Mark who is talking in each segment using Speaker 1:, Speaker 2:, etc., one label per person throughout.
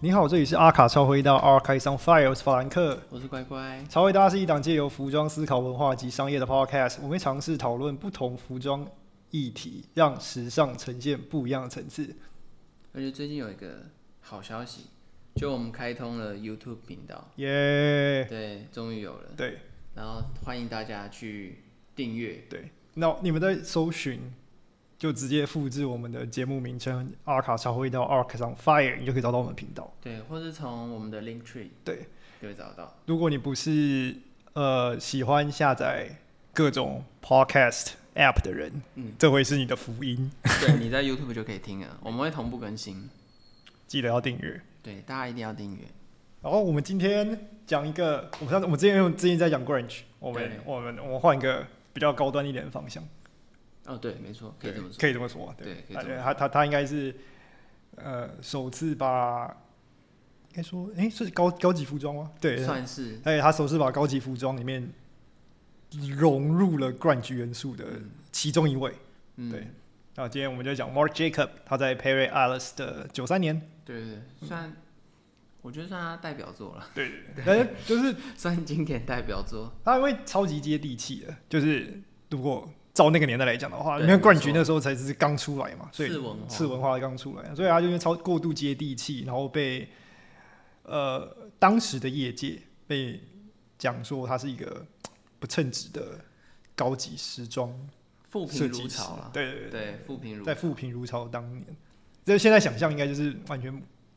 Speaker 1: 你好，这里是阿卡超回到 R 开上 Fire，我是法兰克。
Speaker 2: 我是乖乖。
Speaker 1: 超回搭是一档借由服装思考文化及商业的 Podcast，我们会尝试讨论不同服装议题，让时尚呈现不一样的层次。
Speaker 2: 而且最近有一个好消息，就我们开通了 YouTube 频道，
Speaker 1: 耶、
Speaker 2: 对，终于有了。
Speaker 1: 对
Speaker 2: 然后欢迎大家去订阅，
Speaker 1: 对，那你们在搜寻就直接复制我们的节目名称“阿卡超回到 R 开上 Fire”，你就可以找到我们频道。
Speaker 2: 对，或是从我们的 Link Tree
Speaker 1: 对，
Speaker 2: 就会找 到。
Speaker 1: 如果你不是呃喜欢下载各种 podcast app 的人，
Speaker 2: 嗯
Speaker 1: 这会是你的福音，
Speaker 2: 对，你在 YouTube 就可以听了，我们会同步更新。
Speaker 1: 记得要订阅。
Speaker 2: 对，大家一定要订阅。
Speaker 1: 然后我们今天讲一个，我们上次我们之前用之前在讲 grunge，我们
Speaker 2: 对
Speaker 1: 我们我们换一个比较高端一点的方向，
Speaker 2: 哦，对，没错，可以这么说。
Speaker 1: 可以这么说，对，
Speaker 2: 对，可以
Speaker 1: 啊
Speaker 2: 这么
Speaker 1: 他他他应该是呃首次把，应该说诶，是高高级服装吗？对，
Speaker 2: 说，算是
Speaker 1: 而且他首次把高级服装里面融入了 grunge 元素的其中一位。
Speaker 2: 嗯，
Speaker 1: 对那今天我们就讲 Mark Jacob，他在 Perry Alice 的九三年，
Speaker 2: 对对对，算、我觉得算他代表作了，
Speaker 1: 对，但是呃就是
Speaker 2: 算经典代表作。
Speaker 1: 他因为超级接地气的，就是如果照那个年代来讲的话，
Speaker 2: 对
Speaker 1: 因为冠
Speaker 2: 没
Speaker 1: 军
Speaker 2: 错
Speaker 1: 那时候才是刚出来嘛，所以
Speaker 2: 次文化
Speaker 1: 次文化刚出来，所以他就因为超过度接地气，然后被呃当时的业界被讲说他是一个不称职的高级时装
Speaker 2: 富
Speaker 1: 设
Speaker 2: 平
Speaker 1: 计
Speaker 2: 如
Speaker 1: 师
Speaker 2: 潮，了，
Speaker 1: 对对对
Speaker 2: 对，富平如
Speaker 1: 在富平如潮当年，这现在想象应该就是完全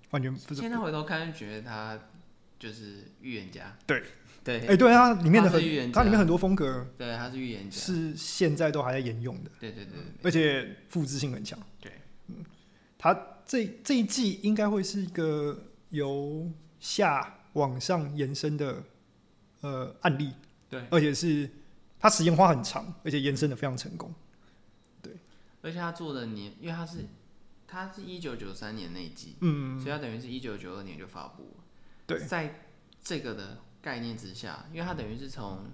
Speaker 1: 完全不是
Speaker 2: 现在回头看，就觉得他就是预言家。
Speaker 1: 对
Speaker 2: 对
Speaker 1: 哎、对啊，里面的
Speaker 2: 他是
Speaker 1: 很
Speaker 2: 预言，家
Speaker 1: 它里面很多风格
Speaker 2: 对，他是预言家。
Speaker 1: 是现在都还在沿用的，
Speaker 2: 对对对对
Speaker 1: 而且复制性很强。
Speaker 2: 对，
Speaker 1: 嗯，它这这一季应该会是一个由下往上延伸的呃案例，
Speaker 2: 对，
Speaker 1: 而且是它时间花很长，而且延伸的非常成功。
Speaker 2: 而且他做的年，因为他是他是一九九三年那一季，
Speaker 1: 嗯，
Speaker 2: 所以他等于是一九九二年就发布了。
Speaker 1: 对
Speaker 2: 在这个的概念之下，因为他等于是从。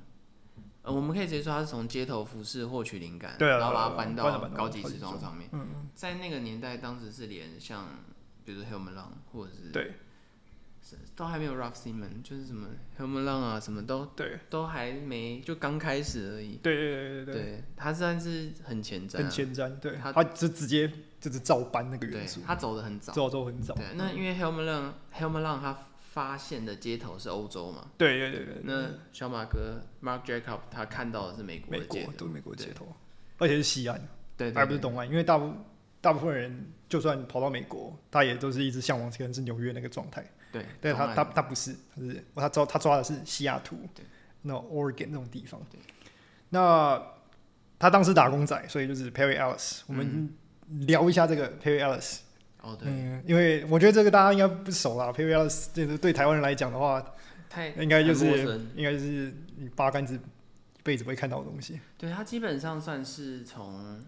Speaker 2: 呃，我们可以直接说他是从街头服饰获取灵感，
Speaker 1: 对啊
Speaker 2: 然后把
Speaker 1: 对
Speaker 2: 它
Speaker 1: 啊
Speaker 2: 搬
Speaker 1: 对啊搬到
Speaker 2: 到
Speaker 1: 搬到
Speaker 2: 高级
Speaker 1: 高级
Speaker 2: 时装
Speaker 1: 装
Speaker 2: 上面。
Speaker 1: 嗯，
Speaker 2: 在那个年代，当时是连像比如说 Helmut Lang 或者是
Speaker 1: 对
Speaker 2: 是都还没有 Ralph Simon，就是什么 Helmut Lang 啊，什么都
Speaker 1: 对
Speaker 2: 都还没，就刚开始而已。
Speaker 1: 对对对对对，
Speaker 2: 对，他算是很前瞻啊、
Speaker 1: 很前瞻，对，
Speaker 2: 它
Speaker 1: 它就直接就是照搬那个元
Speaker 2: 对
Speaker 1: 素，，
Speaker 2: 他走的很早。
Speaker 1: 照照很早。
Speaker 2: 对，那因为 Helmut Lang Helmut Lang 他发现的街头是欧洲嘛，
Speaker 1: 对对对对，
Speaker 2: 那小马哥 Mark Jacob 他看到的是美国
Speaker 1: 美
Speaker 2: 的
Speaker 1: 国
Speaker 2: 街头，
Speaker 1: 都是美国街头，而且是西岸。
Speaker 2: 对，对
Speaker 1: 而不是
Speaker 2: 对
Speaker 1: 东岸，因为大部大部分人就算跑到美国，他也都是一直向往可能是纽约那个状态，
Speaker 2: 对，
Speaker 1: 但
Speaker 2: 东
Speaker 1: 他
Speaker 2: 岸
Speaker 1: 他他不是，他是他抓他抓的是西雅图
Speaker 2: 对，
Speaker 1: 那种 Oregon 那种地方
Speaker 2: 对。
Speaker 1: 那他当时打工仔，所以就是 Perry Ellis，我们聊一下这个 Perry Ellis。
Speaker 2: 哦嗯对，
Speaker 1: 嗯，因为我觉得这个大家应该不熟啦，Perry Ellis 就是对台湾人来讲的话，
Speaker 2: 太
Speaker 1: 应该就
Speaker 2: 太陌
Speaker 1: 是
Speaker 2: 生
Speaker 1: 应该就是你八竿子一辈子不会看到的东西。
Speaker 2: 对他基本上算是从，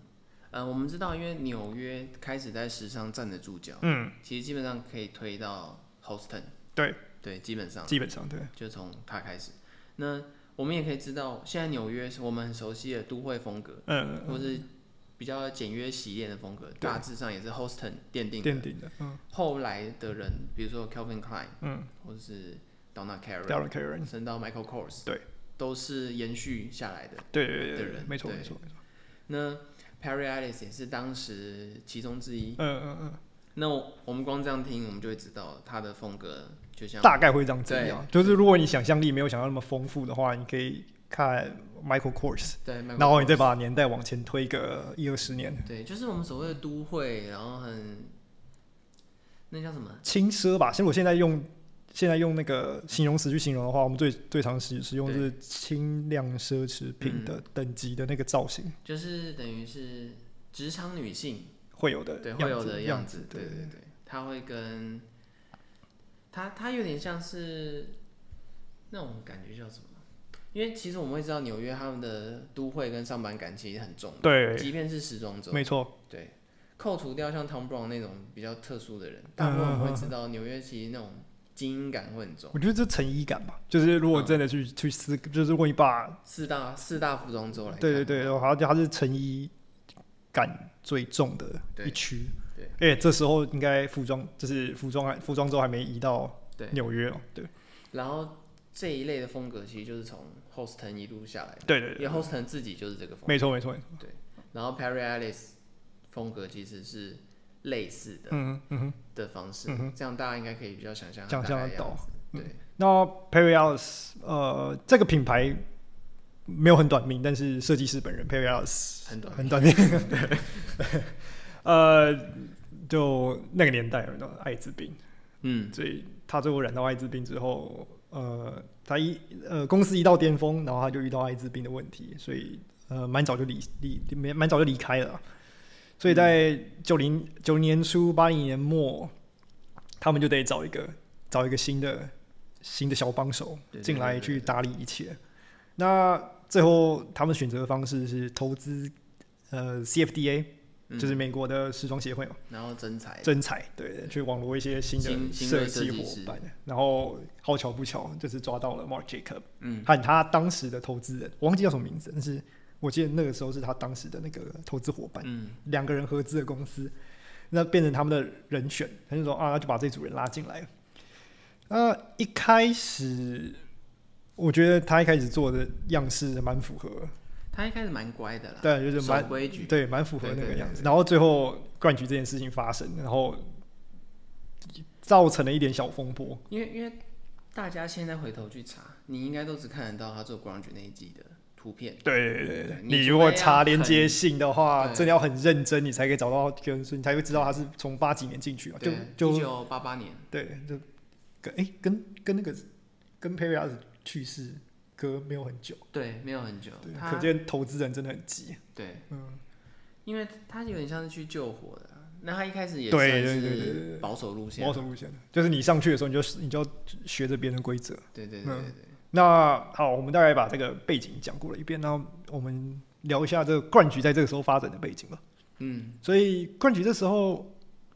Speaker 2: 呃，我们知道因为纽约开始在时尚站得住脚，
Speaker 1: 嗯，
Speaker 2: 其实基本上可以推到 Houston，
Speaker 1: 对
Speaker 2: 对，基本上
Speaker 1: 基本上对，
Speaker 2: 就从他开始。那我们也可以知道，现在纽约是我们很熟悉的都会风格，
Speaker 1: 嗯，
Speaker 2: 或是比较简约洗练的风格，大致上也是 Houston 奠定的。
Speaker 1: 奠定的，嗯
Speaker 2: 后来的人，比如说 Calvin Klein，
Speaker 1: 嗯
Speaker 2: 或者是 Donna Karan，
Speaker 1: ，Darren Karen。
Speaker 2: 甚到 Michael Kors，
Speaker 1: 对，
Speaker 2: 都是延续下来的。
Speaker 1: 对对对
Speaker 2: 的
Speaker 1: 对对
Speaker 2: 人，
Speaker 1: 没错
Speaker 2: 对
Speaker 1: 没错没错。
Speaker 2: 那 Perry Ellis 也是当时其中之一。
Speaker 1: 嗯嗯
Speaker 2: 那我我们光这样听，我们就会知道他的风格就像
Speaker 1: 嗯，大概会长这样。就是如果你想象力没有想象那么丰富的话，你可以看 Michael Kors，
Speaker 2: 对，
Speaker 1: 然后你再把年代往前推个一二十年，
Speaker 2: 对，就是我们所谓的都会，然后很那叫什么？
Speaker 1: 轻奢吧。其实我现在用现在用那个形容词去形容的话，我们最最常使使用就是轻量奢侈品的
Speaker 2: 嗯
Speaker 1: 等级的那个造型
Speaker 2: 就是等于是职场女性
Speaker 1: 会有的
Speaker 2: 对
Speaker 1: 样
Speaker 2: 会有
Speaker 1: 子
Speaker 2: 的
Speaker 1: 样
Speaker 2: 子，
Speaker 1: 对
Speaker 2: 对对对，她会跟她她有点像是那种感觉叫什么？因为其实我们会知道纽约他们的都会跟上班感其实很重，
Speaker 1: 对
Speaker 2: 即便是时装周
Speaker 1: 对，，没错，
Speaker 2: 对，扣除掉像 Tom Brown 那种比较特殊的人，
Speaker 1: 嗯
Speaker 2: 大部分我们会知道纽约其实那种精英感会很重。
Speaker 1: 我觉得这成衣感吧，就是如果
Speaker 2: 嗯
Speaker 1: 真的去、去思，就是如果你把
Speaker 2: 四大四大服装周来看，
Speaker 1: 对对对，好像它是成衣感最重的一区。
Speaker 2: 对
Speaker 1: 哎、这时候应该服装就是服装还服装周还没移到
Speaker 2: 对
Speaker 1: 纽约哦，对
Speaker 2: 然后这一类的风格其实就是从 Houston 一路下来的，
Speaker 1: 对对
Speaker 2: 因
Speaker 1: 对，
Speaker 2: 为 Houston 自己就是这个风格。
Speaker 1: 没错没错，没错
Speaker 2: 然后 Perry Ellis 风格其实是类似的
Speaker 1: 嗯嗯哼。
Speaker 2: 的方式，
Speaker 1: 嗯
Speaker 2: 这样大家应该可以比较想象
Speaker 1: 想象
Speaker 2: 大概
Speaker 1: 得
Speaker 2: 的
Speaker 1: 到
Speaker 2: 样子。对，
Speaker 1: 那 Perry Ellis，呃，这个品牌没有很短命，但是设计师本人 Perry Ellis
Speaker 2: 很短命
Speaker 1: 很短命。 呃，就那个年代有那种艾滋病，
Speaker 2: 嗯，
Speaker 1: 所以他最后染到艾滋病之后，呃，他一呃公司一到巅峰，然后他就遇到艾滋病的问题，所以呃蛮早就离离蛮蛮早就离开了啊。所以在九零九零年初八零年末，他们就得找一个找一个新的新的小帮手
Speaker 2: 对对
Speaker 1: 进来
Speaker 2: 对对
Speaker 1: 去
Speaker 2: 对
Speaker 1: 打理一切。那最后他们选择的方式是投资呃 CFDA，、
Speaker 2: 嗯
Speaker 1: 就是美国的时装协会嘛。
Speaker 2: 然后真才，
Speaker 1: 真才，对，去网罗一些新
Speaker 2: 新
Speaker 1: 的
Speaker 2: 新的设
Speaker 1: 计
Speaker 2: 计
Speaker 1: 伙
Speaker 2: 师
Speaker 1: 伴。然后好巧不巧，就是抓到了 Mark Jacob
Speaker 2: 嗯，
Speaker 1: 和他当时的投资人，我忘记叫什么名字，但是我记得那个时候是他当时的那个投资伙伴，
Speaker 2: 嗯，
Speaker 1: 两个人合资的公司，那变成他们的人选。他就说啊，那就把这组人拉进来。那一开始，我觉得他一开始做的样式蛮符合，
Speaker 2: 他一开始蛮乖的啦，
Speaker 1: 对，就是蛮
Speaker 2: 守规矩，
Speaker 1: 对，蛮符合
Speaker 2: 对
Speaker 1: 那
Speaker 2: 对
Speaker 1: 个
Speaker 2: 对
Speaker 1: 样子。然后最后冠军这件事情发生，然后造成了一点小风波。
Speaker 2: 因为因为大家现在回头去查，你应该都只看得到他做 grunge 那一季的图片，
Speaker 1: 对对对
Speaker 2: 对
Speaker 1: 你
Speaker 2: 你
Speaker 1: 如果
Speaker 2: 除非要
Speaker 1: 查连
Speaker 2: 很
Speaker 1: 接性的话，
Speaker 2: 对
Speaker 1: 真的要很认真，你才可以找到跟，所以你才会知道他是从八几年进去嘛，啊就
Speaker 2: 对，一
Speaker 1: 就
Speaker 2: 九八八年，
Speaker 1: 对，就跟哎、跟跟那个跟 Perry Ellis 去世隔没有很久，
Speaker 2: 对，没有很久
Speaker 1: 对，，
Speaker 2: 他
Speaker 1: 可见投资人真的很急。
Speaker 2: 对，
Speaker 1: 嗯，
Speaker 2: 因为他有点像是去救火的啊，那他一开始也
Speaker 1: 对
Speaker 2: 算
Speaker 1: 对对对对
Speaker 2: 是啊
Speaker 1: 对
Speaker 2: 保守路线
Speaker 1: 保，守路线的，就是你上去的时候，你就你就要学着别人的规则。
Speaker 2: 对对对对对，
Speaker 1: 那好，我们大概把这个背景讲过了一遍，那我们聊一下这个冠局在这个时候发展的背景吧。
Speaker 2: 嗯，
Speaker 1: 所以冠局这时候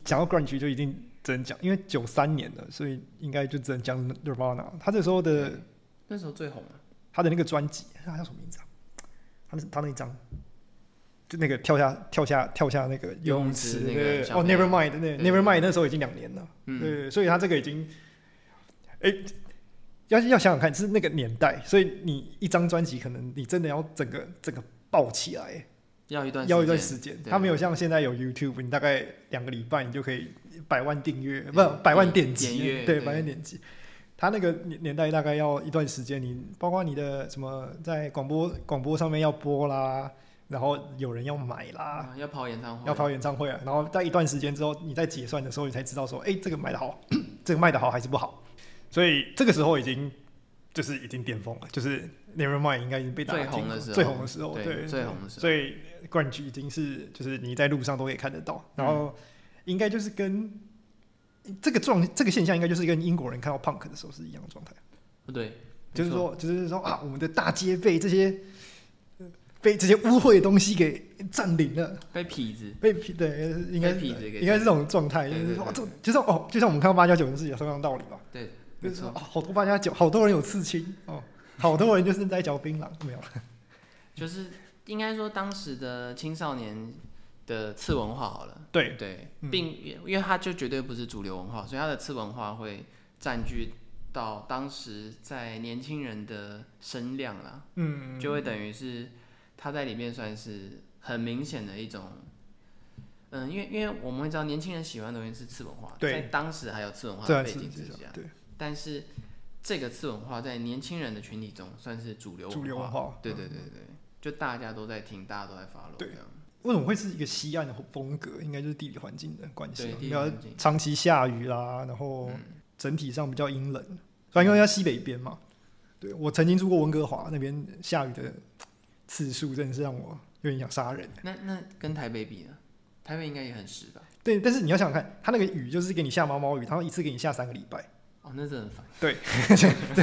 Speaker 1: 讲到冠局就一定只能讲，因为九三年了，所以应该就只能讲 Nirvana。他这时候的
Speaker 2: 那时候最红啊，
Speaker 1: 他的那个专辑，他叫什么名字啊？他那他那一张，就那个跳下跳下跳下那个游泳池
Speaker 2: 游泳池那个
Speaker 1: 对
Speaker 2: 小
Speaker 1: 哦
Speaker 2: 妹
Speaker 1: ，Nevermind，那
Speaker 2: 对对
Speaker 1: Nevermind 那时候已经两年了。
Speaker 2: 嗯，
Speaker 1: 对，所以他这个已经，哎、要要想想看，是那个年代，所以你一张专辑可能你真的要整个整个爆起来，
Speaker 2: 要一段
Speaker 1: 要一段
Speaker 2: 间
Speaker 1: 时间。
Speaker 2: 对啊
Speaker 1: 他没有像现在有 YouTube，你大概两个礼拜你就可以百万订阅，不
Speaker 2: 嗯
Speaker 1: 百万
Speaker 2: 点
Speaker 1: 点
Speaker 2: 点
Speaker 1: 击
Speaker 2: 阅，
Speaker 1: 对，
Speaker 2: 对
Speaker 1: 百万点击。他那个年年代大概要一段时间，你包括你的什么在广播广播上面要播啦，然后有人要买啦，
Speaker 2: 啊，要跑演唱会，
Speaker 1: 要跑演唱会啊，然后在一段时间之后，你在结算的时候，你才知道说，哎、这个卖的好， 这个卖的好还是不好。所以这个时候已经就是已经巅峰了，就是 Nevermind 应该已经被大家
Speaker 2: 最红
Speaker 1: 听过
Speaker 2: 的时候
Speaker 1: 最红的时候，
Speaker 2: 对
Speaker 1: 对，
Speaker 2: 最红的时候
Speaker 1: 所以冠军已经是就是你在路上都可以看得到，然后应该就是跟这个状这个现象，应该就是跟英国人看到 Punk 的时候是一样的状态。
Speaker 2: 不对，
Speaker 1: 就是
Speaker 2: 没错，
Speaker 1: 说，就是说啊，我们的大街被这些被这些污秽的东西给占领了，
Speaker 2: 被痞子，
Speaker 1: 被痞对，应该是
Speaker 2: 被痞子给
Speaker 1: 应该是这种状态，就
Speaker 2: 对
Speaker 1: 是
Speaker 2: 对
Speaker 1: 说，
Speaker 2: 对
Speaker 1: 哦这就像哦，就像我们看到八加九的事情，同样道理嘛，
Speaker 2: 对，
Speaker 1: 就
Speaker 2: 没
Speaker 1: 是说，
Speaker 2: 错，
Speaker 1: 哦，好多八加九，好多人有刺青哦，好多人就是在嚼槟榔，没有，
Speaker 2: 就是应该说当时的青少年的次文化好了，
Speaker 1: 对
Speaker 2: 对
Speaker 1: 嗯，
Speaker 2: 并因为它就绝对不是主流文化，所以它的次文化会占据到当时在年轻人的声量啦，
Speaker 1: 嗯，
Speaker 2: 就会等于是他在里面算是很明显的一种，嗯，因为因为我们会知道年轻人喜欢的东西是次文化，
Speaker 1: 对
Speaker 2: 在当时还有次文化
Speaker 1: 这样
Speaker 2: 的背
Speaker 1: 啊是
Speaker 2: 景
Speaker 1: 这
Speaker 2: 之下
Speaker 1: 样，，对，
Speaker 2: 但是这个次文化在年轻人的群体中算是主流
Speaker 1: 主流文化
Speaker 2: 对对对对，就大家都在听，大家都在 follow
Speaker 1: 对
Speaker 2: 这样，
Speaker 1: 为什么会是一个西岸的风格？应该就是地理环境的关系
Speaker 2: 对
Speaker 1: 嘛，
Speaker 2: 地
Speaker 1: 比
Speaker 2: 理
Speaker 1: 较
Speaker 2: 环境嗯
Speaker 1: 长期下雨啦，然后整体上比较阴冷，反正因为它西北边嘛。对我曾经住过温哥华，那边下雨的次数真的是让我有点想杀人。
Speaker 2: 那那跟台北比呢？台北应该也很湿吧？
Speaker 1: 对，但是你要想想看，它那个雨就是给你下毛毛雨，然后一次给你下三个礼拜，
Speaker 2: 哦，那真的很烦，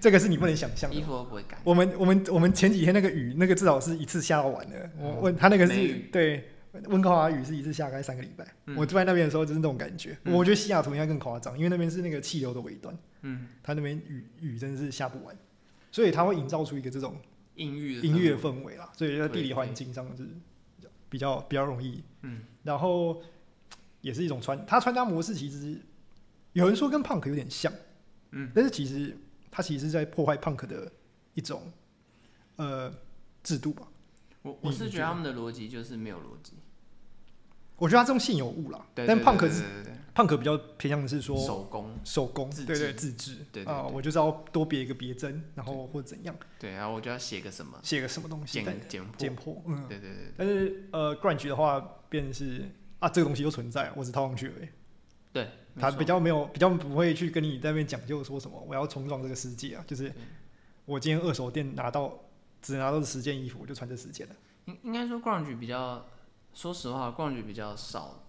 Speaker 1: 这个是你不能想象的
Speaker 2: 衣。服都不会干。
Speaker 1: 我们我们我们前几天那个雨，那个至少是一次下到完的。我问他那个
Speaker 2: 哦梅
Speaker 1: 是
Speaker 2: 雨
Speaker 1: 对温哥华雨是一次下开三个礼拜。
Speaker 2: 嗯
Speaker 1: 我住在那边的时候就是那种感觉。
Speaker 2: 嗯
Speaker 1: 我觉得西雅图应该更夸张，因为那边是那个气流的尾端，
Speaker 2: 嗯，
Speaker 1: 它那边雨雨真的是下不完，所以它会营造出一个这种
Speaker 2: 音乐
Speaker 1: 音乐
Speaker 2: 氛围
Speaker 1: 氛围啦。所以在地理
Speaker 2: 对
Speaker 1: 环境上是比较比较容易。
Speaker 2: 嗯，
Speaker 1: 然后也是一种穿，他穿搭模式其实有人说跟 punk 有点像，嗯，但是其实他其实是在破坏 punk 的一种呃制度吧。
Speaker 2: 我我是
Speaker 1: 你觉
Speaker 2: 觉得
Speaker 1: 得
Speaker 2: 他们的逻辑就是没有逻辑，
Speaker 1: 我觉得他这种性有误啦，
Speaker 2: 对
Speaker 1: 但
Speaker 2: 对
Speaker 1: punk
Speaker 2: 对
Speaker 1: 是
Speaker 2: 对对
Speaker 1: punk 比较偏向的是
Speaker 2: 对
Speaker 1: 说
Speaker 2: 手工，
Speaker 1: 手工，
Speaker 2: 自
Speaker 1: 对对，
Speaker 2: 制
Speaker 1: 自制，
Speaker 2: 对对
Speaker 1: 啊、
Speaker 2: 对
Speaker 1: 我就是要多别一个别针，然后或者怎样
Speaker 2: 对，然后我就要写个什么
Speaker 1: 写个什么东西，但
Speaker 2: 简简破，
Speaker 1: 简破，嗯，
Speaker 2: 对对对
Speaker 1: 但是呃，grunge 的话，便是啊，这个东西就存在，我只套上去而已。
Speaker 2: 对，
Speaker 1: 他
Speaker 2: 没错
Speaker 1: 比较没有，比较不会去跟你在那边讲究说什么我要冲撞这个世界啊，
Speaker 2: 嗯
Speaker 1: 就是我今天二手店拿到只拿到这十件衣服，我就穿这十件了。
Speaker 2: 应应该说 grunge 比较，说实话 grunge 比较少，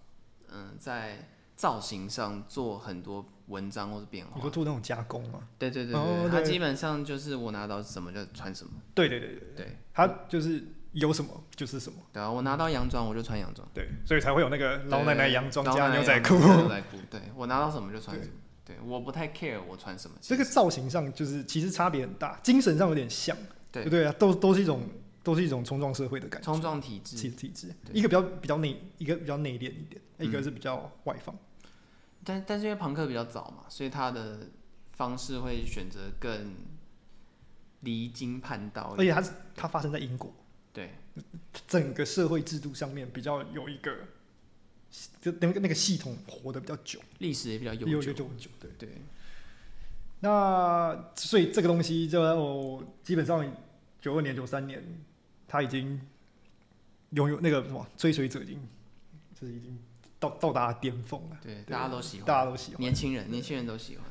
Speaker 2: 嗯，在造型上做很多文章或是变
Speaker 1: 你
Speaker 2: 化
Speaker 1: 说。做那种加工吗？
Speaker 2: 对对对
Speaker 1: 哦
Speaker 2: 对，它
Speaker 1: 对
Speaker 2: 基本上就是我拿到什么就穿什么，
Speaker 1: 对对对对，
Speaker 2: 对，
Speaker 1: 他就是有什么就是什么，
Speaker 2: 对啊，我拿到洋装我就穿洋装，
Speaker 1: 对，所以才会有那个老奶奶洋装
Speaker 2: 对
Speaker 1: 加
Speaker 2: 老
Speaker 1: 牛
Speaker 2: 奶奶
Speaker 1: 仔
Speaker 2: 洋
Speaker 1: 裤
Speaker 2: 装。加牛仔裤，对我拿到什么就穿什么，对，我不太 care 我穿什么，
Speaker 1: 这个造型上就是其实差别很大，精神上有点像，
Speaker 2: 对
Speaker 1: 不对啊？都都是一种都是一种冲撞社会的感觉。
Speaker 2: 冲撞体
Speaker 1: 体
Speaker 2: 质，
Speaker 1: 体质，
Speaker 2: 对
Speaker 1: 一个比较比较内，一个比较内敛一点，一个是比较外放。
Speaker 2: 但但是因为朋克比较早嘛，所以他的方式会选择更离经叛道
Speaker 1: 而
Speaker 2: 一点，
Speaker 1: 且它是它发生在英国，
Speaker 2: 对
Speaker 1: 整个社会制度上面比较有一个，就那个那个系统活得比较久，
Speaker 2: 历史也比较
Speaker 1: 有
Speaker 2: 悠
Speaker 1: 久
Speaker 2: 久，
Speaker 1: 久久。对，
Speaker 2: 对，
Speaker 1: 那所以这个东西就我基本上九二年九三年，它已经拥有那个什么追随者已经就是已经到到达巅峰了，
Speaker 2: 对，
Speaker 1: 对
Speaker 2: 大家都喜欢，
Speaker 1: 大家都喜欢。
Speaker 2: 年轻人，年轻人都喜欢。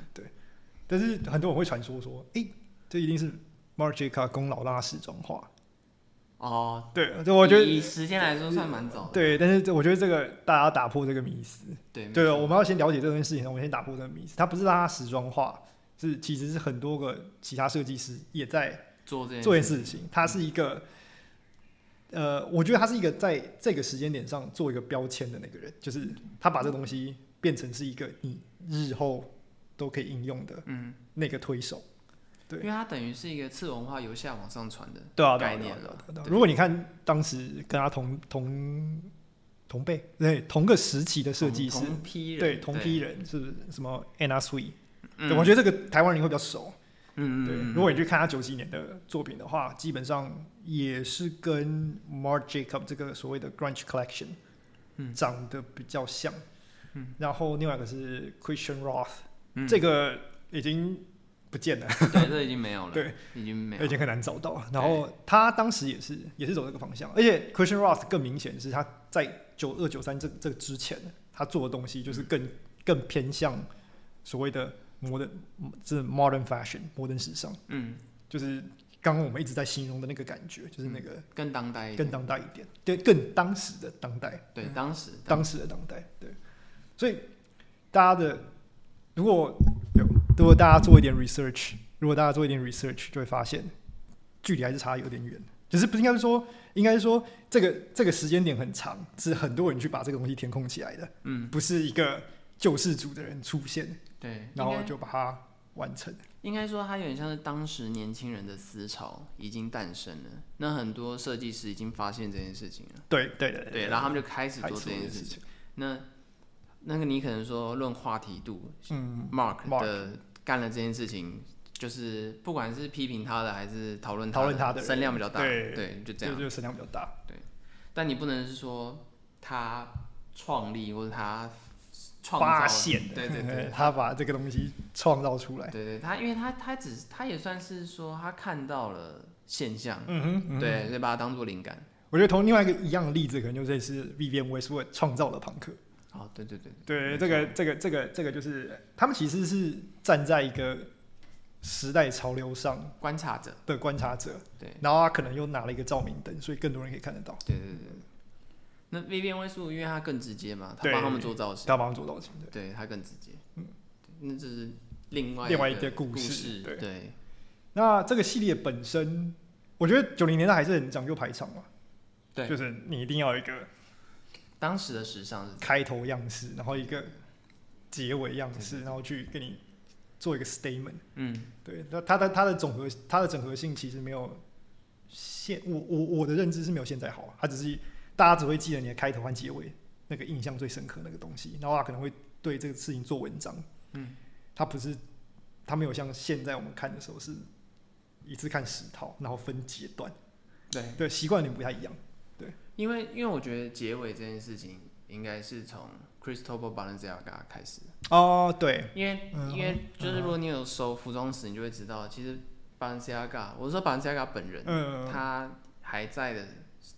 Speaker 1: 但是很多人会传说说，诶，这一定是 m a r j i c a 功劳让他时装化。
Speaker 2: 哦，
Speaker 1: 对，呃就我觉得
Speaker 2: 以时间来说算蛮早的。
Speaker 1: 对，但是这我觉得这个大家要打破这个迷思。
Speaker 2: 对没
Speaker 1: 对，啊
Speaker 2: 错
Speaker 1: 我们要先了解这件事情，我们先打破这个迷思。它不是让它时装化，是其实是很多个其他设计师也在
Speaker 2: 做这件
Speaker 1: 做一件事情。它是一个，呃，我觉得他是一个在这个时间点上做一个标签的那个人，就是他把这东西变成是一个你日后都可以应用的
Speaker 2: 嗯，
Speaker 1: 那个推手。对
Speaker 2: 因为它等于是一个次文化由下往上传的
Speaker 1: 对啊，对啊
Speaker 2: 概
Speaker 1: 对啊
Speaker 2: 念
Speaker 1: 对啊
Speaker 2: 了。
Speaker 1: 对啊
Speaker 2: 对
Speaker 1: 如果你看当时跟他同同同辈，对同个时期的设计师
Speaker 2: 同，同批人，
Speaker 1: 对同批人是不是什么 Anna Sui？
Speaker 2: 嗯
Speaker 1: 对，我觉得这个台湾人会比较熟。
Speaker 2: 嗯嗯
Speaker 1: 对，
Speaker 2: 嗯，
Speaker 1: 如果你去看他九几年的作品的话，基本上也是跟 Marc Jacob 这个所谓的 Grunge Collection
Speaker 2: 嗯
Speaker 1: 长得比较像。
Speaker 2: 嗯
Speaker 1: 然后另外一个是 Christian Roth，、
Speaker 2: 嗯
Speaker 1: 这个已经不见了，
Speaker 2: 对这已经没有了，
Speaker 1: 对，
Speaker 2: 已经没有
Speaker 1: 而
Speaker 2: 了，
Speaker 1: 且很难找到。然后他当时也是也是走这个方向，而且 Christian Roth 更明显是他在九二九三这这个之前，他做的东西
Speaker 2: 嗯
Speaker 1: 就是更、更偏向所谓的 modern 这 modern fashion 摩登时尚。
Speaker 2: 嗯，
Speaker 1: 就是刚刚我们一直在形容的那个感觉，就是那个
Speaker 2: 更当代一点
Speaker 1: 更，当代一点，对，更当时的当代，
Speaker 2: 对，当时
Speaker 1: 当时的当代，对。所以大家的，如果有，如果大家做一点 research，如果大家做一点 research，就会发现距离还是差有点远。就是不是应该说，应该说这个这个时间点很长，是很多人去把这个东西填空起来的，
Speaker 2: 嗯，
Speaker 1: 不是一个救世主的人出现，
Speaker 2: 对，
Speaker 1: 然后
Speaker 2: 应该
Speaker 1: 就把它完成。
Speaker 2: 应该说，它有点像是当时年轻人的思潮已经诞生了。那很多设计师已经发现这件事情了，
Speaker 1: 对对对
Speaker 2: 对，然后他们就开始
Speaker 1: 还
Speaker 2: 做这
Speaker 1: 做这
Speaker 2: 件
Speaker 1: 件
Speaker 2: 事
Speaker 1: 事
Speaker 2: 情
Speaker 1: 情。
Speaker 2: 那那个你可能说论话题度
Speaker 1: 嗯，
Speaker 2: ，Mark
Speaker 1: Mark
Speaker 2: 的干了这件事情，就是不管是批评他的还是讨论
Speaker 1: 讨论
Speaker 2: 他
Speaker 1: 他的人
Speaker 2: 声量比较大，
Speaker 1: 对
Speaker 2: 对，就
Speaker 1: 这
Speaker 2: 这样
Speaker 1: 个。就是声量比较大。
Speaker 2: 但你不能是说他创立或者他创造
Speaker 1: 发现的，
Speaker 2: 对对对，
Speaker 1: 他把这个东西创造出来。
Speaker 2: 对对，他因为他他只他也算是说他看到了现象，
Speaker 1: 嗯哼，嗯
Speaker 2: 对，就把它当做灵感。
Speaker 1: 我觉得同另外一个一样的例子，可能就是是 Vivian Westwood 创造了朋克。
Speaker 2: 哦，对对对
Speaker 1: 对，
Speaker 2: 没
Speaker 1: 这
Speaker 2: 错
Speaker 1: 个这个这个这个就是他们其实是站在一个时代潮流上
Speaker 2: 观察者，
Speaker 1: 的观察者，
Speaker 2: 对
Speaker 1: 然后他可能又拿了一个照明灯，所以更多人可以看得到。
Speaker 2: 对对对对。那 V B N 微数，因为它更直接嘛，他
Speaker 1: 对
Speaker 2: 帮他们做造型，
Speaker 1: 他帮他做造型的，
Speaker 2: 对它更直接。嗯，那这是另外
Speaker 1: 另外一
Speaker 2: 个
Speaker 1: 个故
Speaker 2: 故
Speaker 1: 事对
Speaker 2: 对
Speaker 1: 那这个系列本身，我觉得九零年代还是很讲究排场嘛，
Speaker 2: 对
Speaker 1: 就是你一定要有一个
Speaker 2: 当时的时尚是
Speaker 1: 开头样式，然后一个结尾样式，然后去给你做一个 statement。
Speaker 2: 嗯
Speaker 1: 对，那它的它的总和它的整合性其实没有啊现我我我的认知是没有现在好，它只是大家只会记得你的开头和结尾，那个印象最深刻那个东西，然后他可能会对这个事情做文章。
Speaker 2: 嗯，
Speaker 1: 他不是他没有像现在我们看的时候是一次看十套，然后分阶段，
Speaker 2: 对，
Speaker 1: 对，习惯有点不太一样。
Speaker 2: 因为因为我觉得结尾这件事情应该是从 Cristobal Balenciaga 开始的，
Speaker 1: 哦，对，
Speaker 2: 因为、
Speaker 1: 嗯
Speaker 2: 因为就是如果你有收服装史，你就会知道，其实 Balenciaga，我是说 Balenciaga 本人，
Speaker 1: 嗯，
Speaker 2: 他还在的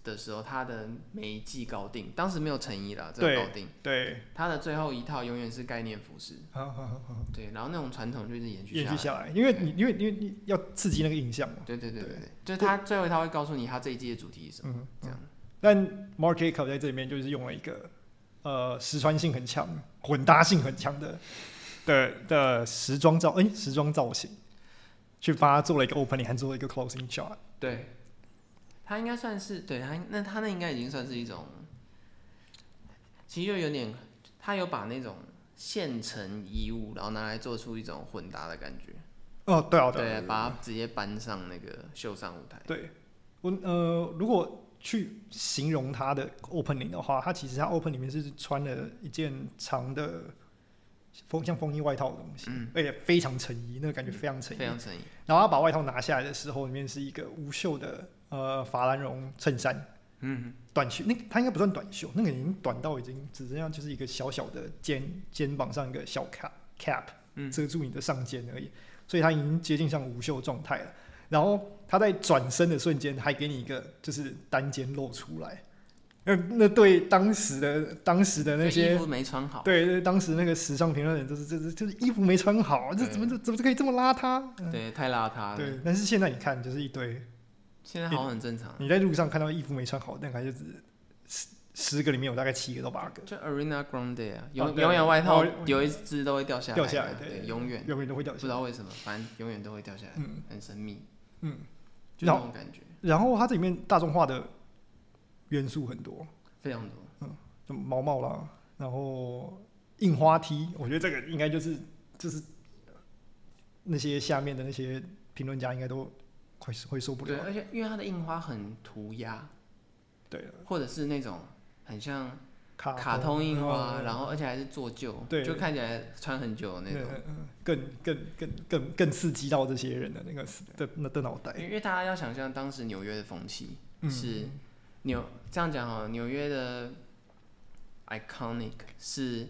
Speaker 2: 的时候，他的每一季高定，当时没有成衣啦，这
Speaker 1: 对
Speaker 2: 个高定，
Speaker 1: 对，
Speaker 2: 他的最后一套永远是概念服饰，
Speaker 1: 好好好好，
Speaker 2: 对，然后那种传统就是延续
Speaker 1: 延
Speaker 2: 下
Speaker 1: 续
Speaker 2: 来。
Speaker 1: 下来，因为你因为因为你要刺激那个印象嘛。
Speaker 2: 对对对对
Speaker 1: 对
Speaker 2: 对，就是他最后一套会告诉你他这一季的主题是什么，
Speaker 1: 嗯，
Speaker 2: 这样。
Speaker 1: 但 Mark Jacob 在这里面就是用了一个呃实穿性很强、混搭性很强的的的时装造哎、时装造型，去帮他做了一个 opening，还做了一个 closing shot。
Speaker 2: 对，他应该算是对他，那他那应该已经算是一种，其实就有点，他有把那种现成衣物，然后拿来做出一种混搭的感觉，
Speaker 1: 哦，对啊，
Speaker 2: 对，
Speaker 1: 啊，
Speaker 2: 把它直接搬上那个秀上舞台。
Speaker 1: 对，我呃，如果去形容他的 opening 的话，他其实他 open 里面是穿了一件长的风像风衣外套的东西，
Speaker 2: 嗯
Speaker 1: 而且非常衬衣，那个感觉非常衬衣
Speaker 2: 非。常诚意，
Speaker 1: 然后他把外套拿下来的时候，里面是一个无袖的呃法兰绒衬衫。
Speaker 2: 嗯，
Speaker 1: 短袖，那个它应该不算短袖，那个已经短到已经只剩下就是一个小小的肩肩膀上一个小 cap cap
Speaker 2: 嗯
Speaker 1: 遮住你的上肩而已，所以它已经接近像无袖状态了。然后他在转身的瞬间还给你一个就是单肩露出来，呃，那对当时的当时的那
Speaker 2: 就
Speaker 1: 些
Speaker 2: 衣服没穿好，
Speaker 1: 对对当时那个时尚评论人都是这这就是衣服没穿好，这
Speaker 2: 对
Speaker 1: 怎么这怎么可以这么邋遢？嗯
Speaker 2: 对，太邋遢了。
Speaker 1: 对，但是现在你看就是一堆
Speaker 2: 现在好像很正常。
Speaker 1: 你在路上看到衣服没穿好，大概就只十十个里面有大概七个到八个
Speaker 2: 就 Arena Grande 啊，
Speaker 1: 哦
Speaker 2: 永
Speaker 1: 对
Speaker 2: 永远外套
Speaker 1: 哦
Speaker 2: 有一只都会掉下来的，
Speaker 1: 掉下来，对，
Speaker 2: 对，永远
Speaker 1: 永远都会掉
Speaker 2: 不
Speaker 1: 下
Speaker 2: 知
Speaker 1: 来。
Speaker 2: 道为什么，反正永远都会掉下来，
Speaker 1: 嗯
Speaker 2: 很神秘，
Speaker 1: 嗯，
Speaker 2: 就
Speaker 1: 然
Speaker 2: 那
Speaker 1: 后
Speaker 2: 种感觉
Speaker 1: 然后它这里面大众化的元素很多，
Speaker 2: 非常多。
Speaker 1: 就毛毛啦，然后印花 T，我觉得这个应该就是就是那些下面的那些评论家应该都快会受不
Speaker 2: 对，
Speaker 1: 了。
Speaker 2: 而且因为它的印花很涂鸦，
Speaker 1: 对了，
Speaker 2: 或者是那种很像
Speaker 1: 卡
Speaker 2: 卡通印花，
Speaker 1: 嗯
Speaker 2: 然后而且还是做旧，
Speaker 1: 对
Speaker 2: 就看起来穿很久的那种。
Speaker 1: 嗯嗯更更更更更刺激到这些人的那个的那的脑袋
Speaker 2: 因为因为大家要想象当时纽约的风气
Speaker 1: 嗯
Speaker 2: 是纽、这样讲哦，纽约的 iconic 是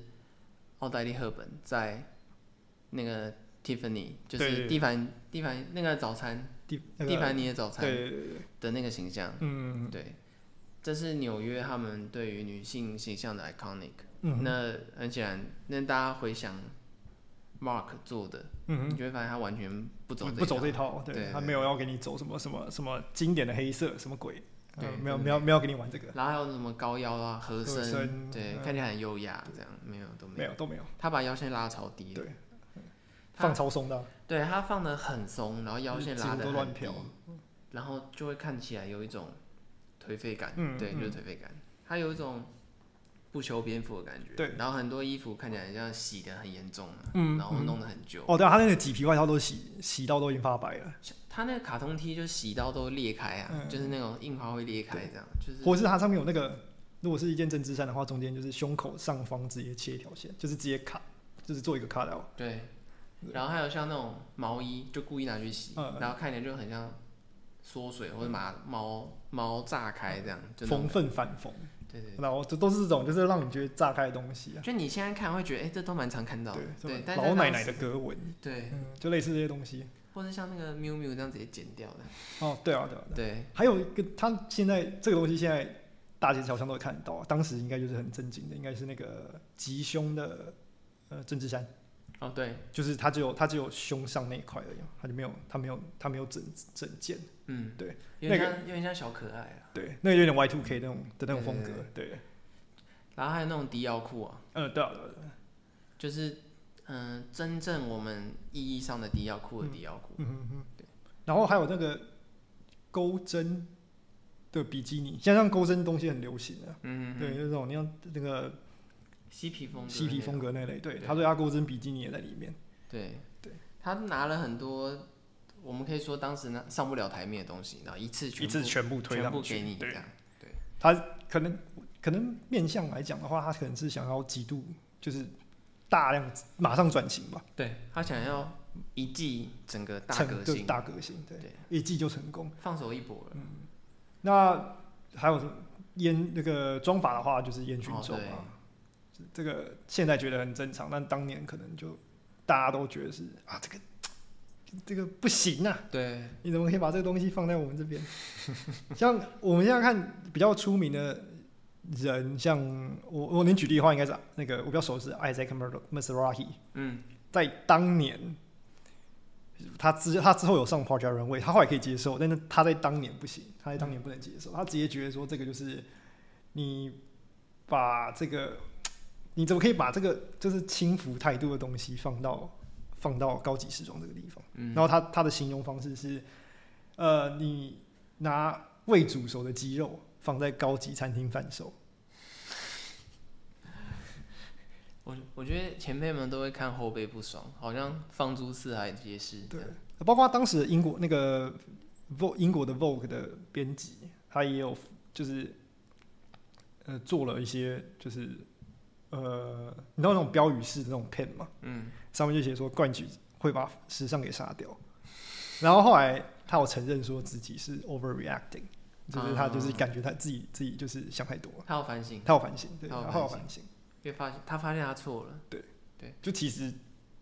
Speaker 2: 奥黛丽赫本在那个 Tiffany，就
Speaker 1: 对对
Speaker 2: 是
Speaker 1: 对
Speaker 2: 蒂凡蒂凡那个早餐，
Speaker 1: 地那
Speaker 2: 蒂
Speaker 1: 个
Speaker 2: 凡尼的早餐
Speaker 1: 对对对对，
Speaker 2: 的那个形象，
Speaker 1: 嗯
Speaker 2: 对，这是纽约他们对于女性形象的 iconic。
Speaker 1: 嗯
Speaker 2: 那很显然，那大家回想 Mark 做的，
Speaker 1: 嗯
Speaker 2: 你就会发现他完全不走
Speaker 1: 不走这
Speaker 2: 一
Speaker 1: 一套，对
Speaker 2: 对对
Speaker 1: 他没有要给你走什么什么什么经典的黑色什么鬼，
Speaker 2: 对
Speaker 1: 呃没有
Speaker 2: 对
Speaker 1: 没有没有给你玩这个，
Speaker 2: 然后还有什么高腰啊、合
Speaker 1: 合身
Speaker 2: 对，
Speaker 1: 嗯
Speaker 2: 看起来很优雅，这样没有都没
Speaker 1: 没
Speaker 2: 有。
Speaker 1: 有都没有，
Speaker 2: 他把腰线拉超低的，
Speaker 1: 对
Speaker 2: 他
Speaker 1: 放超松的啊，
Speaker 2: 对他放的很松，然后腰线拉
Speaker 1: 几乎
Speaker 2: 的
Speaker 1: 都乱飘
Speaker 2: 然后就会看起来有一种颓废感，
Speaker 1: 嗯
Speaker 2: 对，
Speaker 1: 嗯
Speaker 2: 就是颓废感。他有一种不修边幅的感觉，
Speaker 1: 对
Speaker 2: 然后很多衣服看起来像洗的很严重啊，
Speaker 1: 嗯
Speaker 2: 然后弄得很旧。
Speaker 1: 哦，对啊，他那个麂皮外套都洗洗到都已经发白了，
Speaker 2: 像他那个卡通 T 就洗到都裂开啊，
Speaker 1: 嗯
Speaker 2: 就是那种印花会裂开这样，就是
Speaker 1: 或是它上面有那个，如果是一件针织衫的话，中间就是胸口上方直接切一条线，就是直接卡，就是做一个卡掉，
Speaker 2: 对。然后还有像那种毛衣，就故意拿去洗，
Speaker 1: 嗯
Speaker 2: 然后看起来就很像缩水或者把毛毛炸开这样，就那种
Speaker 1: 缝缝反缝，
Speaker 2: 对对。对
Speaker 1: 然后这都是这种就是让你觉得炸开的东西啊，
Speaker 2: 就你现在看会觉得，哎、这都蛮常看到的，
Speaker 1: 什
Speaker 2: 对
Speaker 1: 么。
Speaker 2: 但是
Speaker 1: 老
Speaker 2: 当
Speaker 1: 奶奶
Speaker 2: 时
Speaker 1: 的格纹，
Speaker 2: 对，
Speaker 1: 嗯，就类似这些东西，
Speaker 2: 或者像那个 miu miu 这样直接剪掉的，
Speaker 1: 哦，对啊，对啊，对啊
Speaker 2: 对
Speaker 1: 还有一个，他现在这个东西现在大街小巷都会看得到啊，当时应该就是很震惊的，应该是那个吉凶的呃针织衫，
Speaker 2: 哦对，
Speaker 1: 就是它只有它只有胸上那一块而已嘛，它就没有它没有它没有整整件，
Speaker 2: 嗯，
Speaker 1: 对，
Speaker 2: 有点像、有点像小可爱啊，
Speaker 1: 对，那个有点 Y two K 那种的那种风格，对，
Speaker 2: 然后还有那种低腰裤啊，
Speaker 1: 呃，对啊，对啊对啊
Speaker 2: 就是嗯、真正我们意义上的低腰裤的低腰裤，
Speaker 1: 嗯嗯嗯，然后还有那个钩针的比基尼，现在像钩针东西很流行啊，
Speaker 2: 嗯，
Speaker 1: 对，，就是那种你像那个
Speaker 2: 嬉皮风格，
Speaker 1: 嬉皮风
Speaker 2: 格，
Speaker 1: 格那类，对，
Speaker 2: 对
Speaker 1: 他对他钩针比基尼也在里面，
Speaker 2: 对
Speaker 1: 对，
Speaker 2: 他拿了很多，我们可以说当时那上不了台面的东西，然后一次全
Speaker 1: 一次
Speaker 2: 部
Speaker 1: 全部推
Speaker 2: 全
Speaker 1: 上
Speaker 2: 部
Speaker 1: 去，
Speaker 2: 给你这
Speaker 1: 对。
Speaker 2: 样，
Speaker 1: 他可能可能面向来讲的话，他可能是想要极度就是大量马上转型吧，
Speaker 2: 对他想要一季整个大
Speaker 1: 成
Speaker 2: 革
Speaker 1: 就是
Speaker 2: 新，
Speaker 1: 大革新，对，
Speaker 2: 对
Speaker 1: 一季就成功。
Speaker 2: 放手一搏了。
Speaker 1: 那还有什么烟那个装法的话，就是烟熏
Speaker 2: 哦
Speaker 1: 妆啊，这个现在觉得很正常，但当年可能就大家都觉得是啊，这个这个不行啊，
Speaker 2: 对，
Speaker 1: 你怎么可以把这个东西放在我们这边？ 像我们现在看比较出名的人，像我我能举例的话，应该是那个我比较熟是 Isaac Mer- Mizrahi，
Speaker 2: 嗯，
Speaker 1: 在当年他之他之后有上 Project Runway，他后来可以接受，但是他在当年不行，他在当年不能接受，他直接觉得说这个就是你把这个你怎么可以把这个就是轻浮态度的东西放到放到高级时装这个地方？
Speaker 2: 嗯
Speaker 1: 然后他他的形容方式是，呃，你拿未煮熟的鸡肉放在高级餐厅贩售，
Speaker 2: 我我觉得前辈们都会看后辈不爽，好像放诸四海皆是。
Speaker 1: 对，包括当时的英国那个 Vogue 英国的 Vogue 的编辑，他也有就是呃做了一些就是呃，你知道那种标语式的那种 pen 吗？
Speaker 2: 嗯，
Speaker 1: 上面就写说冠军会把时尚给杀掉，然后后来他有承认说自己是 overreacting，就是他就是
Speaker 2: 啊
Speaker 1: 感觉他自己自己就是想太多了。
Speaker 2: 他要反省，
Speaker 1: 他有反省，对，
Speaker 2: 他有
Speaker 1: 他
Speaker 2: 反
Speaker 1: 有
Speaker 2: 省
Speaker 1: 反省。
Speaker 2: 因为发现他发现他错了。
Speaker 1: 就其实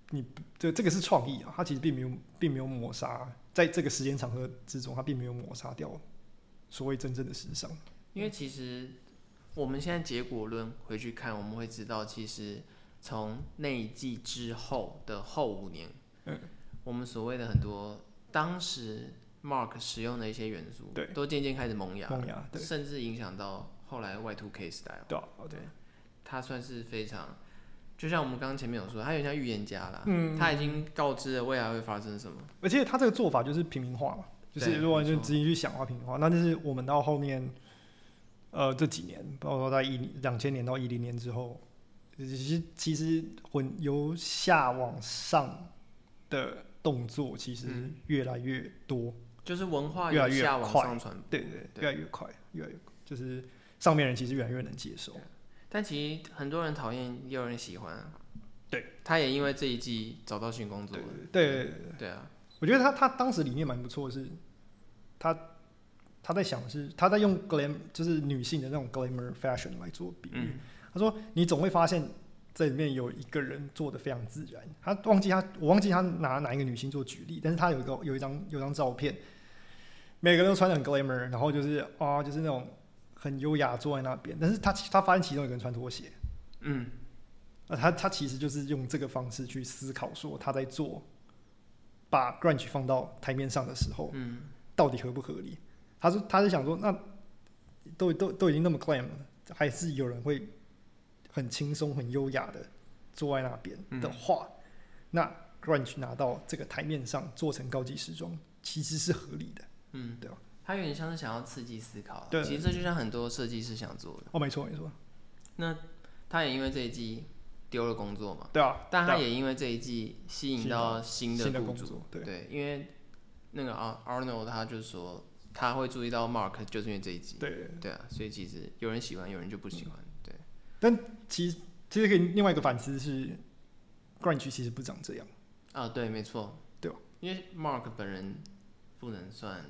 Speaker 1: 你这这个是创意啊，他其实并没有并没有抹杀，在这个时间长河之中，他并没有抹杀掉所谓真正的时尚。
Speaker 2: 因为其实我们现在结果论回去看，我们会知道，其实从那一季之后的后五年，
Speaker 1: 嗯，
Speaker 2: 我们所谓的很多当时 Mark 使用的一些元素，
Speaker 1: 对
Speaker 2: 都渐渐开始萌芽，
Speaker 1: 萌芽，对
Speaker 2: 甚至影响到后来 Y Two K style，
Speaker 1: 对啊，对，
Speaker 2: 它算是非常，就像我们刚刚前面有说，它有点像预言家啦，
Speaker 1: 嗯
Speaker 2: 他已经告知了未来会发生什么，
Speaker 1: 而且他这个做法就是平民化嘛，就是
Speaker 2: 对
Speaker 1: 如果
Speaker 2: 没
Speaker 1: 你就
Speaker 2: 错
Speaker 1: 直接去想的话，平民化，那就是我们到后面，呃，这几年，包括在一两千年到一零年之后，其实其实混由下往上的动作其实
Speaker 2: 嗯
Speaker 1: 越来越多，
Speaker 2: 就是文化
Speaker 1: 越来
Speaker 2: 由
Speaker 1: 越
Speaker 2: 下往
Speaker 1: 快
Speaker 2: 上传播。
Speaker 1: 对对，
Speaker 2: 对
Speaker 1: 越来越快，越来越就是上面人其实越来越能接受。
Speaker 2: 但其实很多人讨厌，也有人喜欢、啊。
Speaker 1: 对，
Speaker 2: 他也因为这一季找到新工作
Speaker 1: 对
Speaker 2: 了。
Speaker 1: 对对，对
Speaker 2: 对啊，
Speaker 1: 我觉得他他当时理念蛮不错的是，他他在想的是他在用 glam 就是女性的那种 glamour fashion 来做比喻。
Speaker 2: 嗯，
Speaker 1: 他说你总会发现这里面有一个人做的非常自然，他忘记他我忘记他拿哪一个女星做举例，但是他有一个有一张有一张照片，每个人都穿得很 glamour，然后就是啊就是那种很优雅坐在那边，但是他他发现其中有一个人穿拖鞋。
Speaker 2: 嗯，
Speaker 1: 那他他其实就是用这个方式去思考，说他在做把 grunge 放到台面上的时候，
Speaker 2: 嗯，
Speaker 1: 到底合不合理？他是他是想说，那都都都已经那么 glam 了，还是有人会很轻松、很优雅的坐在那边
Speaker 2: 嗯
Speaker 1: 的话，那 grunge 拿到这个台面上做成高级时装，其实是合理的。
Speaker 2: 嗯，
Speaker 1: 对啊
Speaker 2: 他有点像是想要刺激思考啦
Speaker 1: 对
Speaker 2: 其实这就像很多设计师想做的，
Speaker 1: 哦，没错没错，
Speaker 2: 他也因为这一季丢了工作嘛，
Speaker 1: 对啊，
Speaker 2: 但
Speaker 1: 对
Speaker 2: 他
Speaker 1: 啊
Speaker 2: 也因为这一季吸引到新的
Speaker 1: 新的
Speaker 2: 雇
Speaker 1: 工
Speaker 2: 主。
Speaker 1: 作，对
Speaker 2: 对，因为那个 Ar- Arnold 他就说他会注意到 Mark 就是因为这一季。
Speaker 1: 对。嗯
Speaker 2: 对啊，所以其实有人喜欢，有人就不喜欢。对，
Speaker 1: 其实其实可以另外一个反思是，grunge 其实不长这样。
Speaker 2: 啊，对，没错，
Speaker 1: 对哦吧？
Speaker 2: 因为 Mark 本人不能算，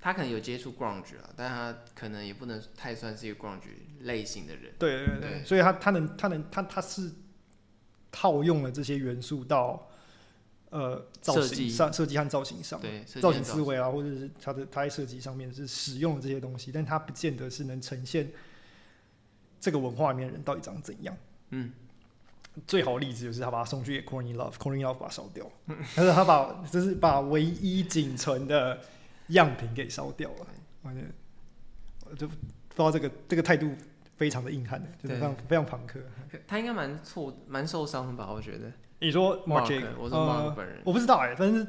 Speaker 2: 他可能有接触 grunge 啊，但他可能也不能太算是一个 grunge 类型的人。
Speaker 1: 对对对，
Speaker 2: 对
Speaker 1: 所以他他能他能他他是套用了这些元素到呃造
Speaker 2: 设
Speaker 1: 型
Speaker 2: 计
Speaker 1: 上设计和造型上，
Speaker 2: 对，设计
Speaker 1: 造
Speaker 2: 人
Speaker 1: 型思维啊，或者是他的他在设计上面是使用了这些东西，但他不见得是能呈现这个文化里面的人到底长怎样。
Speaker 2: 嗯，
Speaker 1: 最好的例子就是他把他送去给 Corny Love，Corny Love 把他烧掉，但是他把就是把唯一仅存的样品给烧掉了。我觉得我就不知道这个这个态度非常的硬汉，就是非常非常朋克。
Speaker 2: 他应该蛮错蛮受伤的吧？我觉得
Speaker 1: 你说 Mark，Jacob，
Speaker 2: 我说
Speaker 1: 呃
Speaker 2: Mark 本人，
Speaker 1: 我不知道哎、但是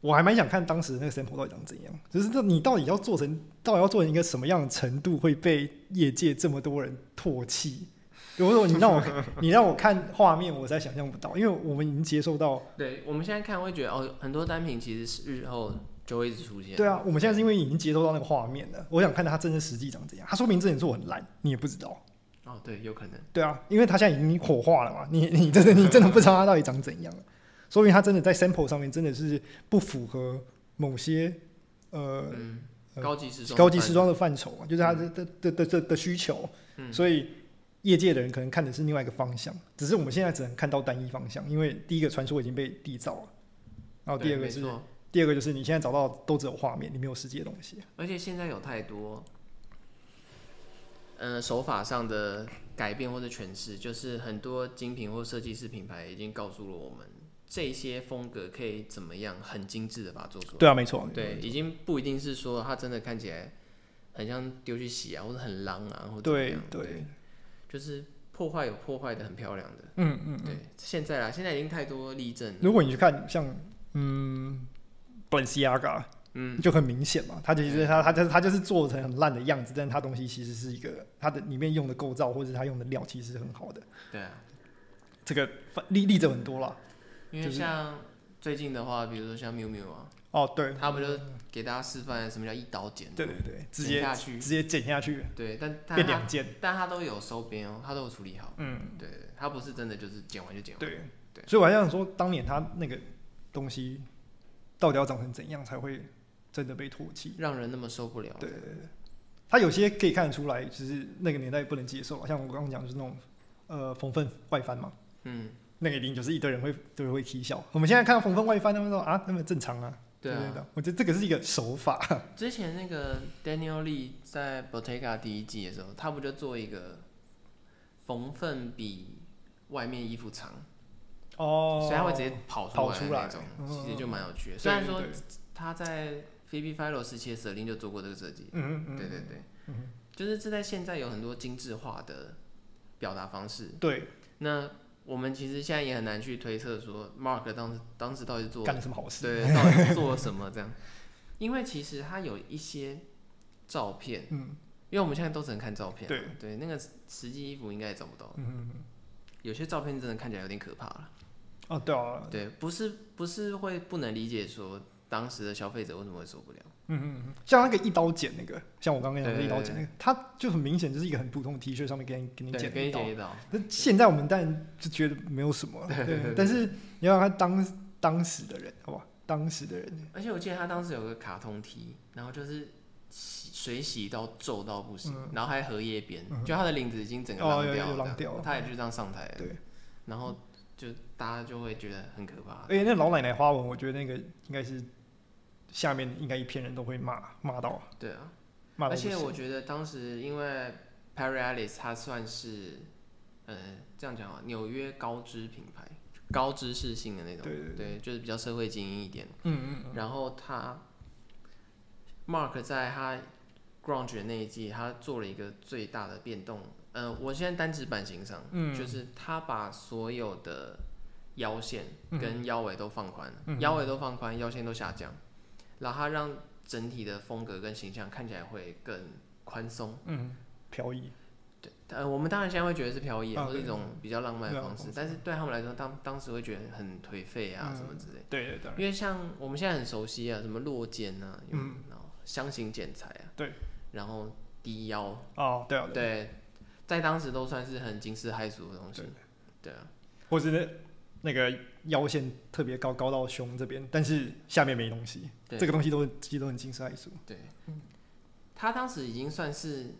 Speaker 1: 我还蛮想看当时那个 sample 到底长怎样，就是这你到底要做成，到底要做成一个什么样的程度会被业界这么多人唾弃？如果你让我你让我看画面，我才想象不到，因为我们已经接受到
Speaker 2: 对我们现在看会觉得哦，很多单品其实是日后就会一直出现。
Speaker 1: 对啊，我们现在是因为已经接收到那个画面了，我想看他真正实际长怎样。他说明这点做很烂，你也不知道。
Speaker 2: 哦，对，有可能。
Speaker 1: 对啊，因为他现在已经火化了嘛，你你真的你真的不知道他到底长怎样了，说明他真的在 sample 上面真的是不符合某些呃
Speaker 2: 嗯，
Speaker 1: 呃
Speaker 2: 高级时装，
Speaker 1: 高级时，装的范畴啊，就是他的的的的的的需求，
Speaker 2: 嗯
Speaker 1: 所以业界的人可能看的是另外一个方向，只是我们现在只能看到单一方向，因为第一个传说已经被缔造了，然后哦第
Speaker 2: 对
Speaker 1: 二个
Speaker 2: 没
Speaker 1: 是
Speaker 2: 错
Speaker 1: 第二个就是你现在找到都只有画面，你没有实际的东西。
Speaker 2: 而且现在有太多，呃，手法上的改变或者诠释，就是很多精品或设计师品牌已经告诉了我们，这些风格可以怎么样很精致的把它做出来。
Speaker 1: 对啊，没错，
Speaker 2: 对，已经不一定是说它真的看起来很像丢去洗啊，或者很狼啊，或者怎么
Speaker 1: 对
Speaker 2: 样。
Speaker 1: 对，
Speaker 2: 就是破坏有破坏的很漂亮的。
Speaker 1: 嗯嗯嗯。
Speaker 2: 对，现在啦，现在已经太多例证了。
Speaker 1: 如果你去看像嗯 Balenciaga，
Speaker 2: 嗯，
Speaker 1: 就很明显嘛，它其实它它它它就是做成很烂的样子，但是它东西其实是一个它的里面用的构造或者它用的料其实是很好的，
Speaker 2: 对啊，
Speaker 1: 这个反例例子很多啦。
Speaker 2: 因为
Speaker 1: 就是
Speaker 2: 像最近的话，比如说像 miu miu 啊，
Speaker 1: 哦，对，
Speaker 2: 他们就给大家示范什么叫一刀剪，
Speaker 1: 对对对，直
Speaker 2: 剪
Speaker 1: 接
Speaker 2: 下去
Speaker 1: 直，接剪下去
Speaker 2: 对，但但
Speaker 1: 变
Speaker 2: 他
Speaker 1: 两件，
Speaker 2: 但他都有收编哦，他都有处理好，
Speaker 1: 嗯，
Speaker 2: 对对，对他不是真的就是剪完就剪完，
Speaker 1: 对
Speaker 2: 对
Speaker 1: 所以我还想说，当年它那个东西到底要长成怎样才会真的被唾弃？
Speaker 2: 让人那么受不了，
Speaker 1: 对对对，它有些可以看得出来，就是那个年代不能接受啊，像我刚刚讲，就是那种呃缝纫外翻嘛，
Speaker 2: 嗯，
Speaker 1: 那个一定就是一堆人会都会踢笑。我们现在看到缝纫外翻，他们说啊，那么正常啊，
Speaker 2: 对
Speaker 1: 之类
Speaker 2: 啊，
Speaker 1: 的。我觉得这个是一个手法，
Speaker 2: 之前那个 Daniel Lee 在 Bottega 第一季的时候，他不就做一个缝纫比外面衣服长，
Speaker 1: 哦
Speaker 2: 所以他会直接跑
Speaker 1: 跑
Speaker 2: 出
Speaker 1: 出
Speaker 2: 来
Speaker 1: 来
Speaker 2: 那种，
Speaker 1: 嗯
Speaker 2: 其实就蛮有趣的。
Speaker 1: 对
Speaker 2: 虽然说
Speaker 1: 对对
Speaker 2: 他在 Phoebe f i l o 时期的 Celine 就做过这个设计，
Speaker 1: 嗯嗯，
Speaker 2: 对对对，就是这在现在有很多精致化的表达方式。
Speaker 1: 对，
Speaker 2: 那我们其实现在也很难去推测说 Mark 当时当时到底做
Speaker 1: 干了什么好事？
Speaker 2: 对到底做了什么这样，因为其实他有一些照片，
Speaker 1: 嗯
Speaker 2: 因为我们现在都只能看照片啊，
Speaker 1: 对
Speaker 2: 对，那个实际衣服应该也找不到，
Speaker 1: 嗯嗯，嗯
Speaker 2: 有些照片真的看起来有点可怕了。
Speaker 1: 哦对啊，
Speaker 2: 对，不是不是会不能理解说当时的消费者为什么会受不了。
Speaker 1: 嗯嗯嗯，像那个一刀剪那个，像我刚刚讲的
Speaker 2: 对对
Speaker 1: 一刀剪那个，它就很明显就是一个很普通的 T 恤上面给你给你
Speaker 2: 对，
Speaker 1: 剪
Speaker 2: 跟
Speaker 1: 一
Speaker 2: 你
Speaker 1: 刀
Speaker 2: 剪。一刀，
Speaker 1: 那现在我们当然就觉得没有什么了，
Speaker 2: 对对对
Speaker 1: 对。但是你要看当当时的人，好吧，当时的人，
Speaker 2: 而且我记得他当时有个卡通 T，然后就是洗水洗到皱到不行，然后还荷叶边，就他的领子已经整
Speaker 1: 嗯
Speaker 2: 个
Speaker 1: 哦
Speaker 2: 浪
Speaker 1: 有有
Speaker 2: 掉了这
Speaker 1: 浪
Speaker 2: 样，
Speaker 1: 掉了
Speaker 2: 他也就这样上台了。
Speaker 1: 对，
Speaker 2: 然后就大家就会觉得很可怕
Speaker 1: 而。且那老奶奶花纹，我觉得那个应该是下面应该一片人都会骂骂到
Speaker 2: 对啊，
Speaker 1: 骂到
Speaker 2: 而
Speaker 1: 不行。
Speaker 2: 且我觉得当时因为 Perry Ellis 它算是，呃，这样讲啊，纽约高知品牌，高知识性的那种，
Speaker 1: 对对
Speaker 2: 对，就是比较社会精英一点。
Speaker 1: 嗯嗯
Speaker 2: 然后他 Mark 在他 Grunge 的那一季，他做了一个最大的变动。呃，我现在单指版型上，
Speaker 1: 嗯
Speaker 2: 就是他把所有的腰线
Speaker 1: 嗯
Speaker 2: 跟腰围都放宽，
Speaker 1: 嗯
Speaker 2: 腰围都放宽，腰线都下降，然后他让整体的风格跟形象看起来会更宽松。
Speaker 1: 嗯，漂移。
Speaker 2: 对，呃，我们当然现在会觉得是飘逸啊，
Speaker 1: 啊
Speaker 2: 或者一
Speaker 1: 对
Speaker 2: 种比较浪漫的
Speaker 1: 浪漫
Speaker 2: 方式
Speaker 1: 方，
Speaker 2: 但是对他们来说，当当时会觉得很颓废啊，什么
Speaker 1: 嗯
Speaker 2: 之类的。
Speaker 1: 对对对，
Speaker 2: 因为像我们现在很熟悉啊，什么落肩啊，有没有
Speaker 1: 嗯
Speaker 2: 然后箱型剪裁啊，
Speaker 1: 对，
Speaker 2: 然后低腰，
Speaker 1: 哦，对啊，对啊，
Speaker 2: 对，在当时都算是很惊世骇俗的东西
Speaker 1: 对，
Speaker 2: 对啊，
Speaker 1: 或者是那个腰线特别高，高到胸这边，但是下面没东西，
Speaker 2: 对
Speaker 1: 这个东西都是其实都很惊世骇俗。
Speaker 2: 对，他当时已经算是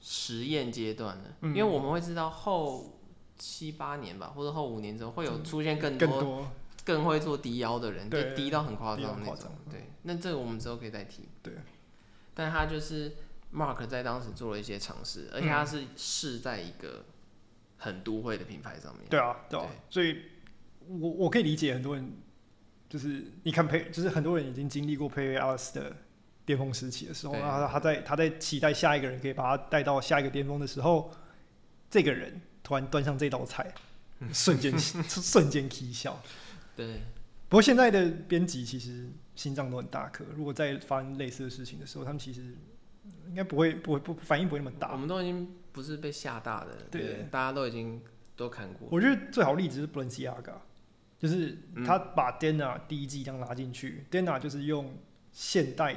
Speaker 2: 实验阶段了，
Speaker 1: 嗯
Speaker 2: 因为我们会知道后七八年吧，或者后五年之后会有出现更
Speaker 1: 嗯更
Speaker 2: 多
Speaker 1: 多
Speaker 2: 更会做低腰的人，就
Speaker 1: 对
Speaker 2: 低到很夸
Speaker 1: 低到
Speaker 2: 张
Speaker 1: 很
Speaker 2: 那
Speaker 1: 夸
Speaker 2: 种
Speaker 1: 张。嗯
Speaker 2: 对，那这个我们之后可以再提。
Speaker 1: 对，
Speaker 2: 但他就是 Mark 在当时做了一些尝试，
Speaker 1: 嗯
Speaker 2: 而且他是试在一个很都会的品牌上面。
Speaker 1: 对啊，对啊，
Speaker 2: 对
Speaker 1: 所以我我可以理解很多人，就是你看佩，就是很多人已经经历过佩瑞阿斯的巅峰时期的时候，
Speaker 2: 对
Speaker 1: 然后他在他在期待下一个人可以把他带到下一个巅峰的时候，这个人突然端上这道菜，瞬间瞬间 k 笑。
Speaker 2: 对
Speaker 1: 不过现在的编辑其实心脏都很大颗，如果再发生类似的事情的时候，他们其实应该不会不会不反应不会那么
Speaker 2: 我
Speaker 1: 大。
Speaker 2: 们都已经不是被吓大的，
Speaker 1: 对
Speaker 2: 大家都已经都看过。
Speaker 1: 我觉得最好例子是 Balenciaga，就是
Speaker 2: 嗯
Speaker 1: 他把 Dana 第一季这样拉进去、d a n a 就是用现代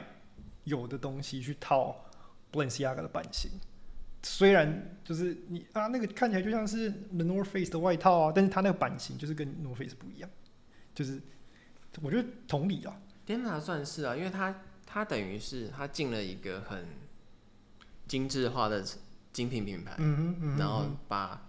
Speaker 1: 有的东西去套 Balenciaga 的版型。虽然就是你啊，那个看起来就像是 The North Face 的外套啊，但是它那个版型就是跟 North Face 不一样，就是我觉得同理啊，
Speaker 2: 典塔算是啊，因为它它等于是它进了一个很精致化的精品品牌，
Speaker 1: 嗯哼嗯哼，
Speaker 2: 然后把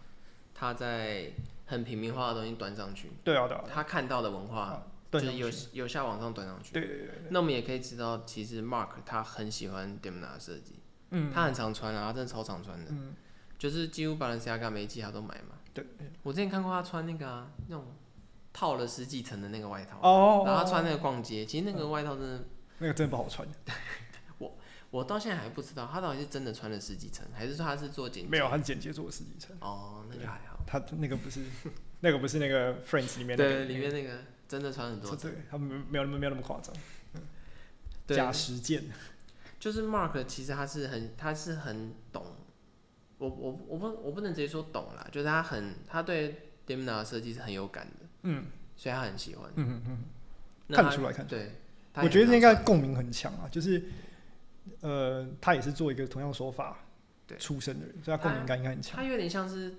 Speaker 2: 它在很平民化的东西端上去，
Speaker 1: 对啊对啊，
Speaker 2: 他看到的文化
Speaker 1: 啊
Speaker 2: 就
Speaker 1: 对
Speaker 2: 是由由下往上端上去。
Speaker 1: 对对对对，
Speaker 2: 那我们也可以知道，其实 Mark 他很喜欢 d e m n a 的设计，
Speaker 1: 嗯
Speaker 2: 他很常穿啊，他真的超常穿的，
Speaker 1: 嗯
Speaker 2: 就是几乎 Balenciaga 每一季他都买嘛。
Speaker 1: 对，
Speaker 2: 我之前看过他穿那个啊，那种套了十几层的那个外套，
Speaker 1: 哦，
Speaker 2: 然后他穿那个逛街，其实那个外套真的，
Speaker 1: 那个真的不好穿，
Speaker 2: 我到现在还不知道他到底是真的穿了十几层，还是说他是做剪辑
Speaker 1: 没有，它是剪接做的十几层，
Speaker 2: 哦，那就还好。
Speaker 1: 它那个不是那个不是那个 Friends 里面那
Speaker 2: 对，
Speaker 1: 个
Speaker 2: 里面那个真的穿很多
Speaker 1: 对
Speaker 2: 层，
Speaker 1: 对，他们没有那么没有那么夸张，
Speaker 2: 对，
Speaker 1: 假实践，
Speaker 2: 就是 Mark 其实他是很他是很懂，我我我不我不能直接说懂啦，就是他很他对 Demna 的设计是很有感的，
Speaker 1: 嗯
Speaker 2: 所以他很喜欢。
Speaker 1: 嗯嗯嗯，
Speaker 2: 那
Speaker 1: 看
Speaker 2: 他
Speaker 1: 得出来看得出
Speaker 2: 对，他
Speaker 1: 我
Speaker 2: 也
Speaker 1: 觉得
Speaker 2: 很
Speaker 1: 那个
Speaker 2: 常穿
Speaker 1: 共鸣很强啊，就是呃，他也是做一个同样手法
Speaker 2: 对
Speaker 1: 出身的人，所以他共鸣感应该很强，
Speaker 2: 他有点像是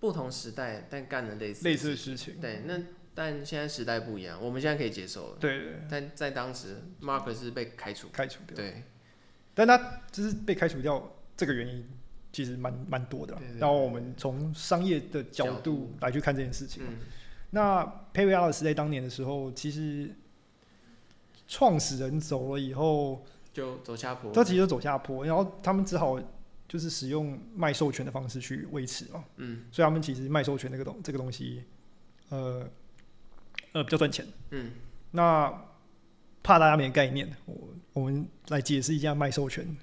Speaker 2: 不同时代但干了类似的
Speaker 1: 类似的
Speaker 2: 事
Speaker 1: 事情
Speaker 2: 情，对，那但现在时代不一样，我们现在可以接受了，
Speaker 1: 对对对，
Speaker 2: 但在当时 Mark 是被开除，
Speaker 1: 开除掉，
Speaker 2: 对
Speaker 1: 但他就是被开除掉这个原因，其实蛮蛮多的啦
Speaker 2: 对对。对
Speaker 1: 然后我们从商业的角
Speaker 2: 角
Speaker 1: 度
Speaker 2: 度
Speaker 1: 来去看这件事情。
Speaker 2: 嗯，
Speaker 1: 那佩维亚老师在当年的时候，其实创始人走了以后，
Speaker 2: 就走下坡，
Speaker 1: 他其实就走下坡，然后他们只好就是使用卖授权的方式去维持嘛。
Speaker 2: 嗯
Speaker 1: 所以他们其实卖授权那个东这个东西，呃呃比较赚钱。
Speaker 2: 嗯，
Speaker 1: 那怕大家没概念，我我们来解释一下卖授权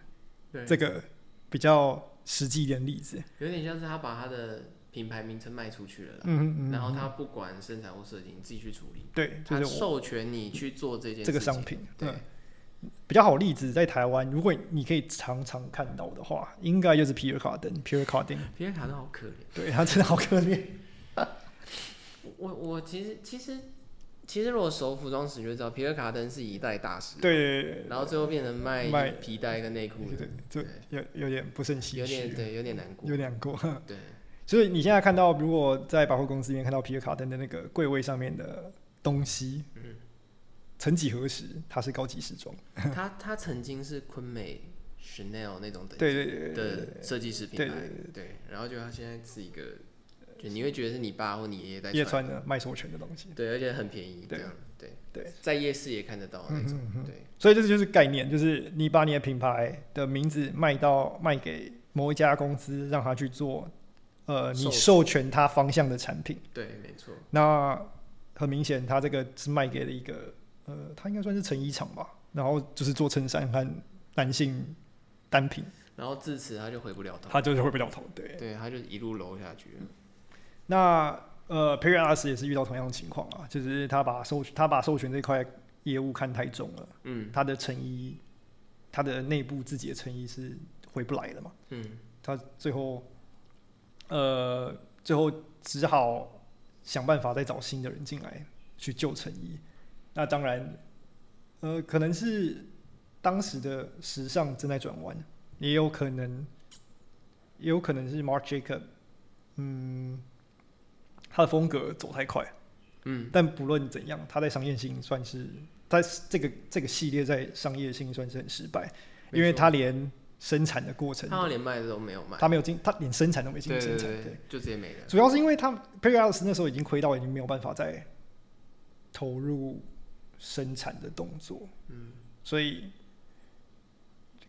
Speaker 2: 对，
Speaker 1: 这个比较实际一点的例子。
Speaker 2: 有点像是他把他的品牌名称卖出去了啦。
Speaker 1: 嗯嗯嗯。
Speaker 2: 啊然后他不管生产或设计，你自己去处理，
Speaker 1: 对，就
Speaker 2: 他
Speaker 1: 是我
Speaker 2: 授权你去做这件
Speaker 1: 这个
Speaker 2: 事情
Speaker 1: 商，品，
Speaker 2: 对
Speaker 1: 嗯，比较好例子在台湾，如果你可以常常看到的话，应该就是皮尔卡登，皮尔卡登，
Speaker 2: 皮尔卡顿好可怜。
Speaker 1: 对他真的好可怜。
Speaker 2: 我我其实其实其实如果熟服装史就知道，皮尔卡顿是一代大师，
Speaker 1: 对对对
Speaker 2: 然后最后变成卖
Speaker 1: 卖
Speaker 2: 皮带跟内裤
Speaker 1: 对
Speaker 2: 的
Speaker 1: 对，，对就有有点不胜唏
Speaker 2: 有点
Speaker 1: 嘘，
Speaker 2: 对有点难过
Speaker 1: 有，点难过。
Speaker 2: 对
Speaker 1: 所以你现在看到，如果在百货公司里面看到皮尔卡登的那个柜位上面的东西，
Speaker 2: 嗯
Speaker 1: 曾几何时，它是高级时装。
Speaker 2: 他他曾经是昆美、Chanel 那种等
Speaker 1: 对对对对对对
Speaker 2: 的设计师品
Speaker 1: 对
Speaker 2: 牌
Speaker 1: 对，
Speaker 2: 对，然后就他现在是一个，就你会觉得是你爸或你爷爷在
Speaker 1: 对，夜，穿的卖授权的东西。
Speaker 2: 对，而且很便宜，这
Speaker 1: 对
Speaker 2: 样对
Speaker 1: 对，嗯
Speaker 2: 在夜市也看得到那种，对。
Speaker 1: 所以这就是概念，就是你把你的品牌的名字卖到卖给某一家公司，让他去做，呃，
Speaker 2: 授
Speaker 1: 你
Speaker 2: 权
Speaker 1: 授权他方向的产品。
Speaker 2: 对，没错，
Speaker 1: 那很明显，他这个是卖给了一个，呃，他应该算是成衣厂吧，然后就是做衬衫和男性单品，
Speaker 2: 然后自此他就回不了头，
Speaker 1: 他就是会不了头。对，
Speaker 2: 对，他就一路揉下去了。
Speaker 1: 那呃，培元阿斯也是遇到同样的情况啊，就是他把授他把授权这块业务看太重了，
Speaker 2: 嗯
Speaker 1: 他的成衣，他的内部自己的成衣是回不来的嘛，
Speaker 2: 嗯，
Speaker 1: 他最后呃最后只好想办法再找新的人进来去救成衣。那当然，呃，可能是当时的时尚正在转弯，也有可能，也有可能是 Mark Jacob，嗯，他的风格走太快。
Speaker 2: 嗯，
Speaker 1: 但不论怎样，他在商业性算是，他这个这个系列在商业性算是很失败，因为
Speaker 2: 没错
Speaker 1: 他连生产的过程
Speaker 2: 他好像连卖的都没有卖，
Speaker 1: 他没有进，他连生产都没进
Speaker 2: 对
Speaker 1: 生
Speaker 2: 对
Speaker 1: 产。
Speaker 2: 对，就直接没了。
Speaker 1: 主要是因为他 p e r i a l s 那时候已经亏到已经没有办法再投入生产的动作，
Speaker 2: 嗯，
Speaker 1: 所以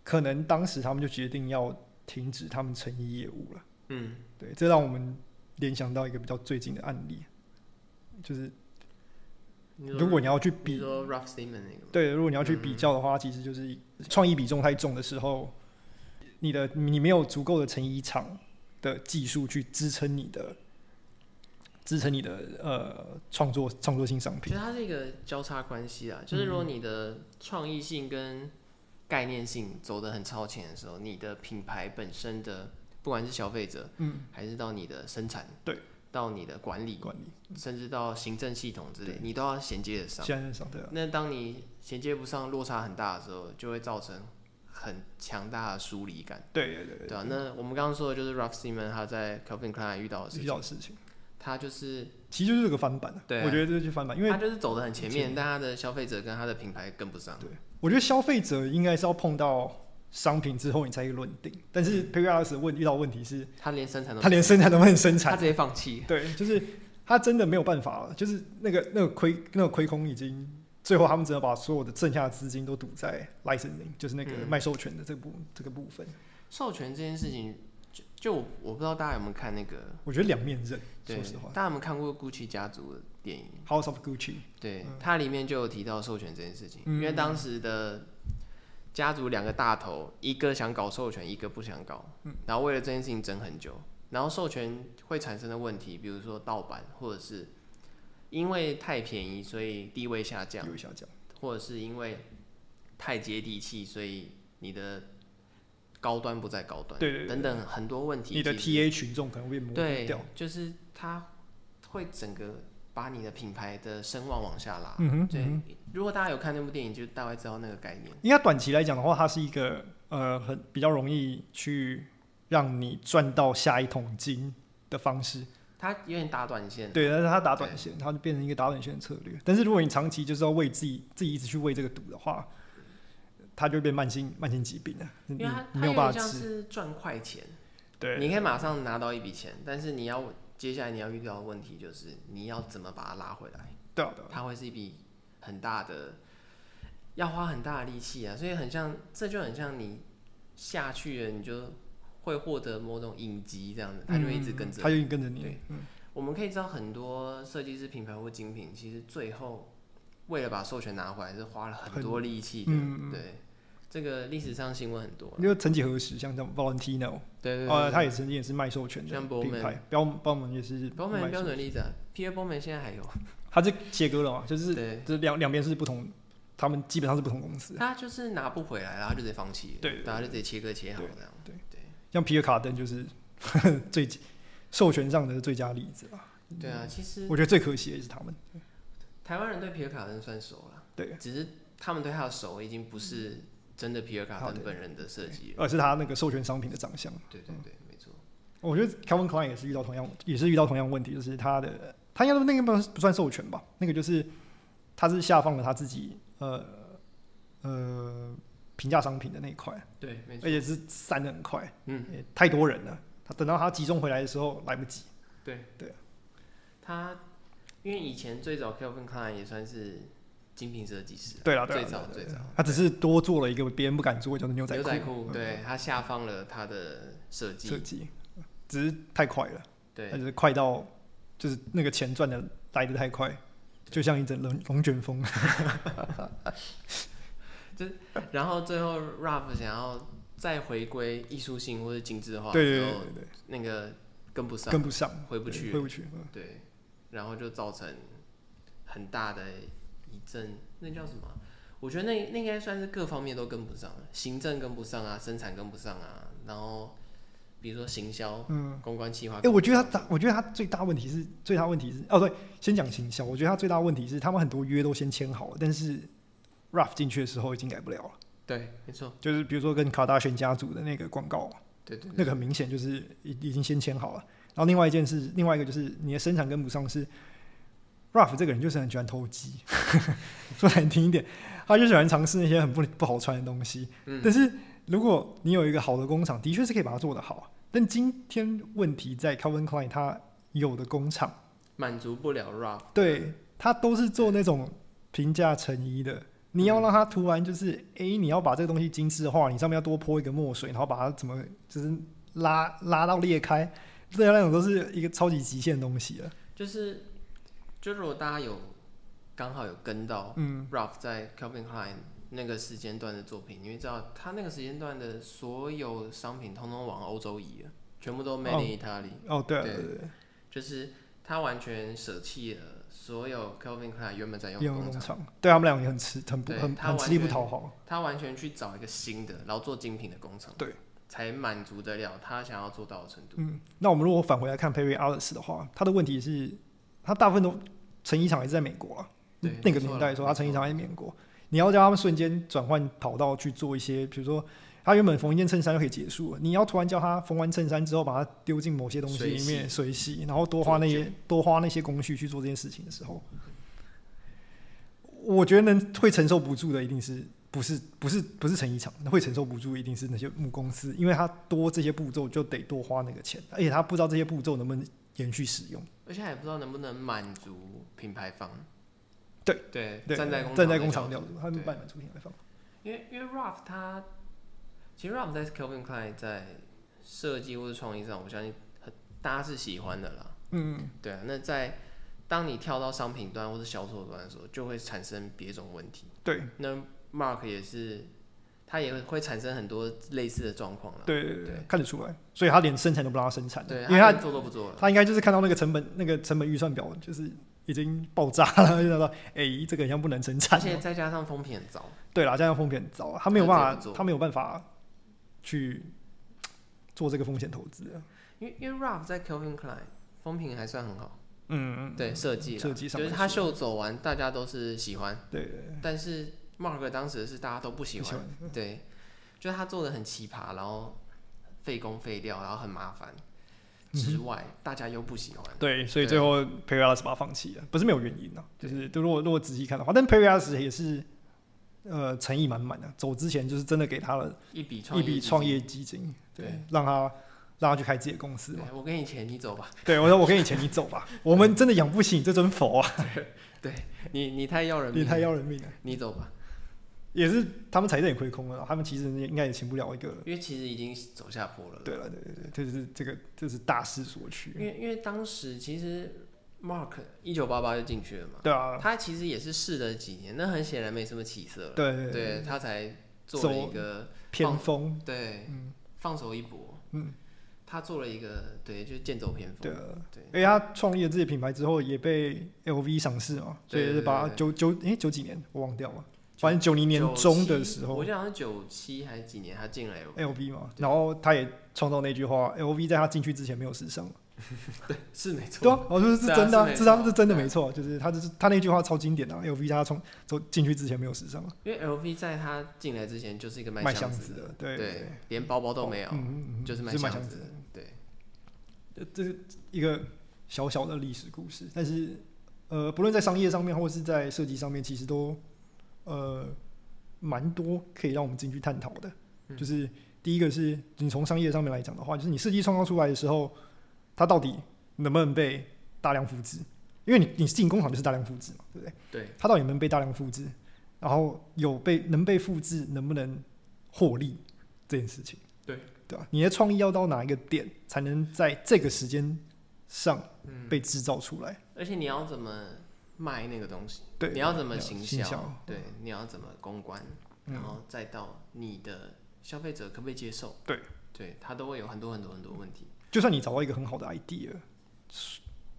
Speaker 1: 可能当时他们就决定要停止他们成衣业务了。
Speaker 2: 嗯，
Speaker 1: 对，这让我们联想到一个比较最近的案例，就是
Speaker 2: 你说
Speaker 1: 如果你要去
Speaker 2: 你
Speaker 1: 比，
Speaker 2: 说 r o f h Steven 那个吗，
Speaker 1: 对，如果你要去
Speaker 2: 嗯
Speaker 1: 比较的话，其实就是创意比重太重的时候，你的你没有足够的成衣厂的技术去支撑你的支撑你的呃创作创作性商
Speaker 2: 其
Speaker 1: 品。
Speaker 2: 实它是一个交叉关系啊，就是
Speaker 1: 嗯
Speaker 2: 如果你的创意性跟概念性走得很超前的时候，你的品牌本身的不管是消费者，
Speaker 1: 嗯，
Speaker 2: 还是到你的生产，
Speaker 1: 对，
Speaker 2: 到你的管理，
Speaker 1: 管理，
Speaker 2: 甚至到行政系统之类
Speaker 1: 对，
Speaker 2: 你都要衔接得上。
Speaker 1: 现在上对啊，
Speaker 2: 那当你衔接不上，落差很大的时候，就会造成很强大的疏离感，
Speaker 1: 对对对
Speaker 2: 对吧、那我们刚刚说的就是 Ralph Simon 他在 Calvin Klein 遇到的事
Speaker 1: 遇
Speaker 2: 情，
Speaker 1: 到的事情，
Speaker 2: 他就是
Speaker 1: 其实就是这个翻版啊
Speaker 2: 对啊
Speaker 1: 我觉得这就是翻版，因为
Speaker 2: 他就是走得很前
Speaker 1: 前
Speaker 2: 面，但他的消费者跟他的品牌跟不上。
Speaker 1: 对，我觉得消费者应该是要碰到商品之后你才可以论定，但是
Speaker 2: 嗯
Speaker 1: p e g a s 问遇到问题是，
Speaker 2: 他连生产都
Speaker 1: 他连生产都不能生
Speaker 2: 他
Speaker 1: 产，
Speaker 2: 直接放弃。
Speaker 1: 对，就是他真的没有办法了，就是那个那个亏那个亏空已经，最后他们只能把所有的剩下的资金都赌在 licensing，就是那个
Speaker 2: 嗯
Speaker 1: 卖授权的这部、这个部分，
Speaker 2: 授权这件事情，就就我我不知道大家有没有看那个，
Speaker 1: 我觉得两面刃，
Speaker 2: 对
Speaker 1: 说实话，
Speaker 2: 大家有没有看过 Gucci 家族的电影？
Speaker 1: ，House of Gucci，
Speaker 2: 对，
Speaker 1: 嗯
Speaker 2: 它里面就有提到授权这件事情，
Speaker 1: 嗯
Speaker 2: 因为当时的家族两个大头，一个想搞授权，一个不想搞，
Speaker 1: 嗯
Speaker 2: 然后为了这件事情争很久，然后授权会产生的问题，比如说盗版，或者是因为太便宜，所以地位下降，
Speaker 1: 有一下讲，
Speaker 2: 或者是因为太接地气，所以你的高端不在高端，
Speaker 1: 对对对
Speaker 2: 等等很多问题，
Speaker 1: 你的
Speaker 2: 其实
Speaker 1: TA 群众可能会被磨灭
Speaker 2: 对
Speaker 1: 掉，，
Speaker 2: 就是它会整个把你的品牌的声望往下拉。
Speaker 1: 嗯哼，
Speaker 2: 对
Speaker 1: 嗯哼，
Speaker 2: 如果大家有看那部电影，就大概知道那个概念。
Speaker 1: 应该短期来讲的话，它是一个呃很比较容易去让你赚到下一桶金的方式。
Speaker 2: 它有点打短线，
Speaker 1: 对，但是它打短线，它就变成一个打短线的策略。但是如果你长期就是要为自己自己一直去为这个赌的话，它就会变慢性慢性疾病了，
Speaker 2: 因
Speaker 1: 你
Speaker 2: 为它
Speaker 1: 你
Speaker 2: 它
Speaker 1: 没
Speaker 2: 有
Speaker 1: 有办
Speaker 2: 点
Speaker 1: 法
Speaker 2: 像
Speaker 1: 吃。
Speaker 2: 是赚快钱，
Speaker 1: 对
Speaker 2: 你可以马上拿到一笔钱，但是你要接下来你要遇到的问题就是你要怎么把它拉回来，
Speaker 1: 对啊对啊，
Speaker 2: 它会是一笔很大的，要花很大的力气啊，所以很像这就很像你下去了，你就会获得某种影集这样子，它就会一直跟
Speaker 1: 嗯
Speaker 2: 着
Speaker 1: 他就一直跟着你
Speaker 2: 对。我们可以知道很多设计师品牌或精品，其实最后为了把授权拿回来，是花了很多力气的。
Speaker 1: 嗯嗯嗯
Speaker 2: 对，这个历史上新闻很多啦。
Speaker 1: 因为曾几何时，像这种 Valentino，
Speaker 2: 对对
Speaker 1: 呃，
Speaker 2: 对，
Speaker 1: 他也曾经也是卖授权的
Speaker 2: 像
Speaker 1: 品
Speaker 2: Bowman
Speaker 1: 牌，包包们也是
Speaker 2: 波曼
Speaker 1: 卖
Speaker 2: 标
Speaker 1: 授
Speaker 2: 准例子啊，P.A. 波曼现在还有，
Speaker 1: 他是切割了嘛，就是
Speaker 2: 对，
Speaker 1: 这两两边是不同，他们基本上是不同公司。
Speaker 2: 他就是拿不回来了，他就直接放弃了，
Speaker 1: 对对对
Speaker 2: 然后就直接切割切好这样。
Speaker 1: 对
Speaker 2: 对
Speaker 1: 像皮尔卡登就是 最授权上的最佳例子啦。
Speaker 2: 对啊，其实
Speaker 1: 我觉得最可惜的也是他们。
Speaker 2: 台湾人对皮尔卡登算熟了，
Speaker 1: 对，
Speaker 2: 只是他们对他的熟已经不是真的皮尔卡
Speaker 1: 好
Speaker 2: 登
Speaker 1: 的
Speaker 2: 本人的设计了。
Speaker 1: 而是他那个授权商品的长相。
Speaker 2: 对对对，没错。
Speaker 1: 我觉得 Calvin Klein 也是遇到同样，也是遇到同样问题，就是他的他应该那个不不算授权吧，那个就是他是下放了他自己呃呃评价商品的那一块，
Speaker 2: 对，没
Speaker 1: 而
Speaker 2: 错。
Speaker 1: 且是散的很快，
Speaker 2: 嗯，
Speaker 1: 也太多人了，他等到他集中回来的时候来不及。
Speaker 2: 对
Speaker 1: 对，
Speaker 2: 他因为以前最早 Kelvin Klein 也算是精品设计师啊，
Speaker 1: 对了，对
Speaker 2: 最
Speaker 1: 了，
Speaker 2: 早
Speaker 1: 对
Speaker 2: 最
Speaker 1: 啦
Speaker 2: 早
Speaker 1: 他只是多做了一个别人不敢做，叫做牛仔
Speaker 2: 牛仔
Speaker 1: 裤嗯
Speaker 2: 裤，对他下放了他的设
Speaker 1: 设
Speaker 2: 计，
Speaker 1: 计，只是太快了。那
Speaker 2: 对
Speaker 1: 就是快到，就是那个钱赚的来的太快，就像一阵龙龙卷风。
Speaker 2: 然后最后 Ralph 想要再回归艺术性或者精致化，
Speaker 1: 对对
Speaker 2: 之
Speaker 1: 对
Speaker 2: 后
Speaker 1: 对对
Speaker 2: 那个跟不
Speaker 1: 对，
Speaker 2: 上，
Speaker 1: 跟不上，
Speaker 2: 回不
Speaker 1: 对
Speaker 2: 去
Speaker 1: 回
Speaker 2: 了，
Speaker 1: 不去。嗯
Speaker 2: 对，然后就造成很大的一阵，那叫什么啊？我觉得那那应该算是各方面都跟不上了，行政跟不上啊，生产跟不上啊，然后比如说行销、
Speaker 1: 嗯，
Speaker 2: 公关计划
Speaker 1: 哎、
Speaker 2: 跟
Speaker 1: 我
Speaker 2: 不上。
Speaker 1: 觉得他，我觉得他最大问题是，最大问题是，哦，对，先讲行销。我觉得他最大问题是，他们很多约都先签好了，但是 Ruff 进去的时候已经改不了了。
Speaker 2: 对，没错，
Speaker 1: 就是比如说跟卡达轩家族的那个广告，
Speaker 2: 对对对
Speaker 1: 那个很明显就是已已经先签好了。然后另外一件事，另外一个就是你的生产跟不上是，Ruff 这个人就是很喜欢偷鸡， 说难听一点，他就喜欢尝试那些很不不好穿的东西。
Speaker 2: 嗯
Speaker 1: 但是如果你有一个好的工厂，的确是可以把它做得好。但今天问题在 Calvin Klein 他有的工厂，
Speaker 2: 满足不了 rap，
Speaker 1: 对他都是做那种平价成衣的。你要让它突然就是，诶，你要把这个东西精致化，你上面要多泼一个墨水，然后把它怎么就是拉拉到裂开，这那种都是一个超级极限的东西了。
Speaker 2: 就是就如果大家有刚好有跟到
Speaker 1: 嗯，
Speaker 2: Ralph 在 Calvin Klein 那个时间段的作品，你会知道他那个时间段的所有商品通通往欧洲移了，全部都 Made in Italy，、
Speaker 1: 哦，对啊对
Speaker 2: 对
Speaker 1: 对对，
Speaker 2: 就是他完全舍弃了所有 Calvin Klein 原本在用
Speaker 1: 也
Speaker 2: 的
Speaker 1: 有
Speaker 2: 工
Speaker 1: 工
Speaker 2: 厂，
Speaker 1: 厂，对他们两个也很吃，很不
Speaker 2: 对
Speaker 1: 很
Speaker 2: 他
Speaker 1: 很
Speaker 2: 完
Speaker 1: 吃力不
Speaker 2: 全
Speaker 1: 讨好。
Speaker 2: 他完全去找一个新的，然后做精品的工厂。
Speaker 1: 对，
Speaker 2: 才满足得了他想要做到的程度。
Speaker 1: 嗯，那我们如果返回来看 Perry Ellis 的话，他的问题是，他大部分都成衣厂也是在美国啊。
Speaker 2: 对
Speaker 1: 那
Speaker 2: 没
Speaker 1: 个
Speaker 2: 错
Speaker 1: 年
Speaker 2: 啦
Speaker 1: 代的时候，他
Speaker 2: 没
Speaker 1: 成衣
Speaker 2: 错
Speaker 1: 厂在美国，你要叫他们瞬间转换跑道去做一些，比如说他原本缝一件衬衫就可以结束了，你要突然叫他缝完衬衫之后，把它丢进某些东西
Speaker 2: 水
Speaker 1: 里面水洗，然后多花那些多花那些工序去做这件事情的时候，我觉得能会承受不住的一定是。不是不是不是成衣厂会承受不住，一定是那些母公司，因为他多这些步骤就得多花那个钱，而且他不知道这些步骤能不能延续使用。
Speaker 2: 而且还不知道能不能满足品牌方。
Speaker 1: 对
Speaker 2: 对
Speaker 1: 对，
Speaker 2: 站在工
Speaker 1: 站在工
Speaker 2: 工
Speaker 1: 厂角
Speaker 2: 角
Speaker 1: 度
Speaker 2: 度，，
Speaker 1: 他们
Speaker 2: 对
Speaker 1: 办满足品牌方。
Speaker 2: 因为因为 Ralph 他其实 Ralph 在 Calvin Klein 在设计或者创意上，我相信很大家是喜欢的啦。
Speaker 1: 嗯，
Speaker 2: 对啊，那在当你跳到商品端或者销售端的时候，就会产生别种问题。
Speaker 1: 对
Speaker 2: 那 Mark 也是，他也会产生很多类似的状况了。
Speaker 1: 对对对
Speaker 2: 对
Speaker 1: 看得出来，所以他连生产都不让他生产，
Speaker 2: 对，
Speaker 1: 因为他
Speaker 2: 连做都不做了。
Speaker 1: 他应该就是看到那个成本那个成本预算表就是已经爆炸了，就想到 哎、这个好像不能生产
Speaker 2: 而
Speaker 1: 哦。
Speaker 2: 且再加上风评很糟，
Speaker 1: 对啦，这样风险很糟，啊他没有
Speaker 2: 他
Speaker 1: 办法
Speaker 2: 自己不做，
Speaker 1: 他没有办法去做这个风险投资啊。
Speaker 2: 因为因为 Ralph 在 Calvin Klein 风评还算很好，
Speaker 1: 嗯，
Speaker 2: 对设计啦
Speaker 1: 设计上
Speaker 2: 就是
Speaker 1: 来
Speaker 2: 他
Speaker 1: 说
Speaker 2: 秀走完，大家都是喜欢，
Speaker 1: 对对对
Speaker 2: 但是 Mark 当时是大家都不
Speaker 1: 嗯
Speaker 2: 喜
Speaker 1: 不喜
Speaker 2: 欢，
Speaker 1: 欢嗯
Speaker 2: 对，就是他做的很奇葩，然后费工费料，然后很麻烦之外，
Speaker 1: 嗯
Speaker 2: 大家又不喜欢。
Speaker 1: 对，所以
Speaker 2: 对
Speaker 1: 最后 Perry Ellis 把他放弃了，不是没有原因啊，就是就如果如果仔细看的话，但 Perry Ellis 也是呃诚意满满的，走之前就是真的给他了
Speaker 2: 一笔创
Speaker 1: 一
Speaker 2: 业
Speaker 1: 笔
Speaker 2: 基金
Speaker 1: 创业基金，对
Speaker 2: 对，
Speaker 1: 让他让他去开自己的公司嘛
Speaker 2: 对。哎我给你钱，你走吧。
Speaker 1: 对，我说我给你钱，你走 吧。我们真的养不起你这尊佛啊，
Speaker 2: 你你太要人
Speaker 1: 你
Speaker 2: 命，
Speaker 1: 太，要人命了。啊
Speaker 2: 你走吧。
Speaker 1: 也是他们财政也亏空了，他们其实应该也请不了一个。
Speaker 2: 因为其实已经走下坡了。
Speaker 1: 对了，对对对，这是这个这是大势所
Speaker 2: 因
Speaker 1: 趋。
Speaker 2: 为因为当时其实 Mark 一九八八就进去了嘛，
Speaker 1: 对啊，
Speaker 2: 他其实也是试了几年，那很显然没什么起色了，
Speaker 1: 对对
Speaker 2: 对他才做了一个
Speaker 1: 偏锋，
Speaker 2: 对
Speaker 1: 嗯，
Speaker 2: 放手一搏，
Speaker 1: 嗯，
Speaker 2: 他做了一个对就是剑走偏锋，
Speaker 1: 对啊。
Speaker 2: 对
Speaker 1: 因为他创立了自己的品牌之后，也被 LV 赏识嘛，所以
Speaker 2: 对
Speaker 1: 是
Speaker 2: 对
Speaker 1: 把
Speaker 2: 对对
Speaker 1: 九九诶九几年我忘掉了，反正九零年中的时
Speaker 2: 97我
Speaker 1: 候
Speaker 2: 记得好像九七还是几年他进来有
Speaker 1: LV 嘛，然后他也创造那句话：LV 在他进去之前没有时尚。
Speaker 2: 对 是没错，
Speaker 1: 对啊，我说是
Speaker 2: 对啊
Speaker 1: 真的啊，
Speaker 2: 是没
Speaker 1: 这张
Speaker 2: 错
Speaker 1: 是真的
Speaker 2: 对啊
Speaker 1: 没错，就是他就是他那句话超经典的、啊、，LV 他从走进去之前没有时尚啊，
Speaker 2: 因为 LV 在他进来之前就是一个
Speaker 1: 卖
Speaker 2: 箱
Speaker 1: 箱子的
Speaker 2: 的，
Speaker 1: 对对对
Speaker 2: 对，连包包都没有，
Speaker 1: 嗯嗯嗯，
Speaker 2: 就是卖
Speaker 1: 是卖箱
Speaker 2: 箱
Speaker 1: 子
Speaker 2: 的，对，
Speaker 1: 的，这是一个小小的历史故事，但是呃，不论在商业上面或是在设计上面，其实都呃蛮多可以让我们进去探讨的，
Speaker 2: 嗯
Speaker 1: 就是第一个是你从商业上面来讲的话，就是你设计创造出来的时候，它到底能不能被大量复制？因为你你进工厂就是大量复制嘛，对不对？
Speaker 2: 对，
Speaker 1: 它到底能不能被大量复制，然后有被能被复制，能不能获利这件事情，
Speaker 2: 对
Speaker 1: 对吧、啊你的创意要到哪一个点，才能在这个时间上
Speaker 2: 嗯，
Speaker 1: 被制造出来？
Speaker 2: 而且你要怎么卖那个东西，
Speaker 1: 对，
Speaker 2: 你要怎么
Speaker 1: 要
Speaker 2: 行
Speaker 1: 行销
Speaker 2: 对，你要怎么公关，
Speaker 1: 嗯
Speaker 2: 然后再到你的消费者可不可以接受，
Speaker 1: 对，
Speaker 2: 对他都会有很多很多很多问题，
Speaker 1: 就算你找到一个很好的 idea，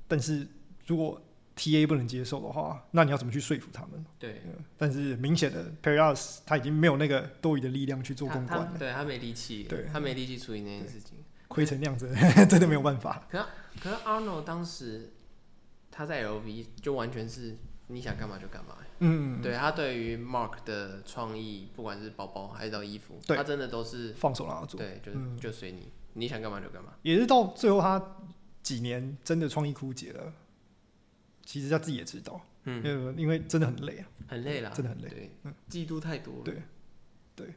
Speaker 1: 但是如果 TA 不能接受的话，那你要怎么去说服他们？嗯
Speaker 2: 对，
Speaker 1: 但是明显的 p e r i a s 他已经没有那个多余的力量去做
Speaker 2: 他
Speaker 1: 公关
Speaker 2: 他
Speaker 1: 了，
Speaker 2: 对他没力气，
Speaker 1: 对
Speaker 2: 他没力气处理那件事情。
Speaker 1: 亏成那样子， 真的没有办法。
Speaker 2: 可是 Arnold 当时他在 LV 就完全是你想干嘛就干嘛，
Speaker 1: 嗯，
Speaker 2: 对他对于 Mark 的创意，不管是包包还是到衣服，
Speaker 1: 对
Speaker 2: 他真的都是
Speaker 1: 放手让他做。
Speaker 2: 对，就
Speaker 1: 嗯
Speaker 2: 就随你，你想干嘛就干嘛。
Speaker 1: 也是到最后他几年真的创意枯竭了，其实他自己也知道，
Speaker 2: 嗯，
Speaker 1: 因为因为真的很累啊，
Speaker 2: 很累啦，
Speaker 1: 真的很累
Speaker 2: 对
Speaker 1: 嗯，
Speaker 2: 嫉妒太多了。
Speaker 1: 对对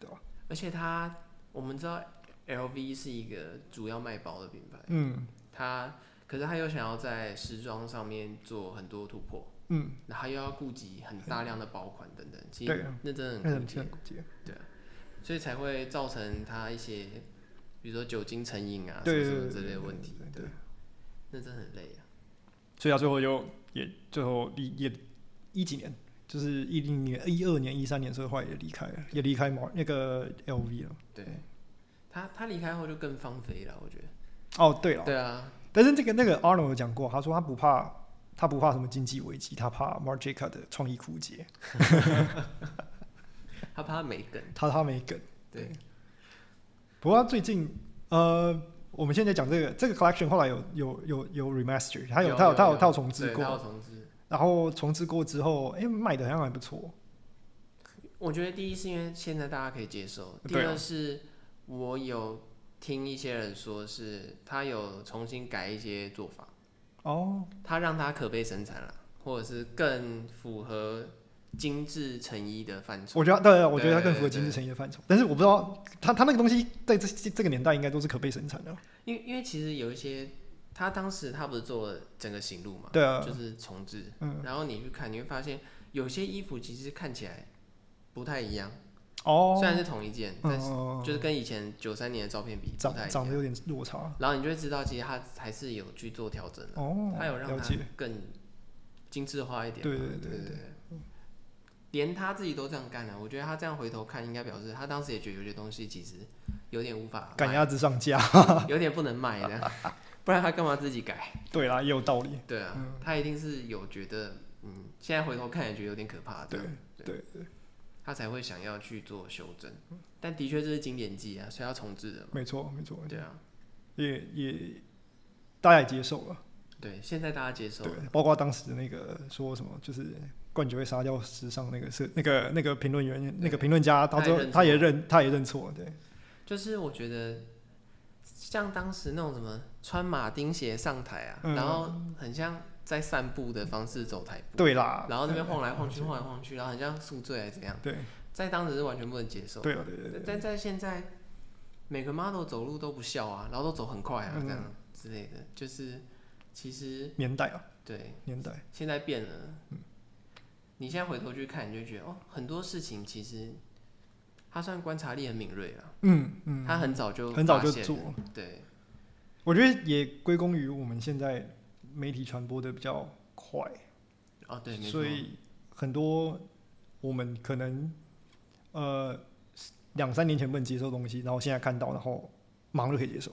Speaker 1: 对啊吧
Speaker 2: 而且他，我们知道 LV 是一个主要卖包的品牌，
Speaker 1: 嗯
Speaker 2: 他可是他又想要在时装上面做很多突破，
Speaker 1: 嗯，
Speaker 2: 然后又要顾及很大量的包款等等，其
Speaker 1: 对
Speaker 2: 实
Speaker 1: 啊
Speaker 2: 那真的
Speaker 1: 那很
Speaker 2: 很顾
Speaker 1: 很
Speaker 2: 及，
Speaker 1: 枯竭，
Speaker 2: 所以才会造成他一些，比如说酒精成瘾啊，什
Speaker 1: 对对
Speaker 2: 么什
Speaker 1: 对
Speaker 2: 么之
Speaker 1: 对
Speaker 2: 类的
Speaker 1: 对
Speaker 2: 问题
Speaker 1: 对，对
Speaker 2: 对，那真的很累啊。
Speaker 1: 所以他最后就也最后也也一几年，就是一零年、一二年、一三年的时候，后来也离开了，也离开毛那个 LV 了。
Speaker 2: 对，他他离开后就更放飞了，我觉得。
Speaker 1: 哦，对了，
Speaker 2: 对啊，
Speaker 1: 但是这个那个 Arnold 有讲过，他说他不怕。他不怕什么经济危机，他怕 Margica 的创意枯竭，
Speaker 2: 他怕他没梗。
Speaker 1: 他他没梗。
Speaker 2: 对，
Speaker 1: 不过它最近呃，我们现在讲这个这个 collection 后来有有有有 remaster，它有它有它有它 有重置
Speaker 2: 对它
Speaker 1: 过，
Speaker 2: 有重置。
Speaker 1: 然后重置过之后，哎，卖的好像还不错。
Speaker 2: 我觉得第一是因为现在大家可以接受，第
Speaker 1: 对啊
Speaker 2: 二是我有听一些人说是他有重新改一些做法，
Speaker 1: 哦，
Speaker 2: 他让它可被生产了，或者是更符合精致成衣的范畴。
Speaker 1: 我觉得对，我觉得它
Speaker 2: 对
Speaker 1: 更符合
Speaker 2: 对
Speaker 1: 经
Speaker 2: 对
Speaker 1: 济成衣的范畴，但是我不知道它它那个东西在这这这个年代应该都是可被生产的。
Speaker 2: 因为因为其实有一些，他当时他不是做了整个行路嘛，
Speaker 1: 对啊
Speaker 2: 就，是重置，
Speaker 1: 嗯，
Speaker 2: 然后你去看，你会发现有些衣服其实看起来不太一样，
Speaker 1: 哦，
Speaker 2: 虽然是同一件，但是
Speaker 1: 嗯，
Speaker 2: 就是跟以前九三年的照片比不
Speaker 1: 长
Speaker 2: 太一
Speaker 1: 长得有
Speaker 2: 样，
Speaker 1: 点落差。
Speaker 2: 然后你就会知道，其实他还是有去做调整的，
Speaker 1: 哦，
Speaker 2: 他有让
Speaker 1: 了
Speaker 2: 它
Speaker 1: 解。
Speaker 2: 更精致化一点嘛，
Speaker 1: 对对对
Speaker 2: 对
Speaker 1: 对
Speaker 2: 对。连他自己都这样干了，啊我觉得他这样回头看，应该表示他当时也觉得有些东西其实有点无法
Speaker 1: 赶
Speaker 2: 卖，
Speaker 1: 鸭子上架。
Speaker 2: 有点不能卖的，不然他干嘛自己改？
Speaker 1: 对啦，也有道理。
Speaker 2: 对啊，他一定是有觉得，嗯，现在回头看也觉得有点可怕，
Speaker 1: 对
Speaker 2: 这样
Speaker 1: 对，
Speaker 2: 他才会想要去做修正。
Speaker 1: 嗯
Speaker 2: 但的确这是经典技啊，所以要重置的嘛。
Speaker 1: 没错没错，
Speaker 2: 对啊，
Speaker 1: 也也大家也接受了。
Speaker 2: 对，现在大家接受
Speaker 1: 对
Speaker 2: 了，，
Speaker 1: 包括当时的那个说什么，就是冠军会杀掉时尚那个是那个那个评论员那个评论家，到
Speaker 2: 他也
Speaker 1: 最后
Speaker 2: 认错
Speaker 1: 他也认他也认错了，对，
Speaker 2: 就是我觉得像当时那种什么穿马丁鞋上台啊，
Speaker 1: 嗯
Speaker 2: 然后很像在散步的方式走台步，
Speaker 1: 对啊啦，
Speaker 2: 然后那边晃来晃去，晃来晃去，然后很像宿醉还是怎样，
Speaker 1: 对
Speaker 2: 在当时是完全不能接受。
Speaker 1: 对啊对对对，
Speaker 2: 但在现在，每个 model 走路都不笑啊，然后都走很快啊，
Speaker 1: 嗯
Speaker 2: 这样之类的，就是其实
Speaker 1: 年代啊
Speaker 2: 对
Speaker 1: 年代，
Speaker 2: 现在变了。
Speaker 1: 嗯
Speaker 2: 你现在回头去看，你就觉得哦，很多事情其实他算观察力很敏锐了，
Speaker 1: 嗯嗯，
Speaker 2: 他很早就
Speaker 1: 很早就
Speaker 2: 发现了
Speaker 1: 做了，
Speaker 2: 对
Speaker 1: 我觉得也归功于我们现在媒体传播的比较快，
Speaker 2: 哦对，没错
Speaker 1: 所以很多我们可能呃两三年前不能接受的东西，然后现在看到，然后马上就可以接受。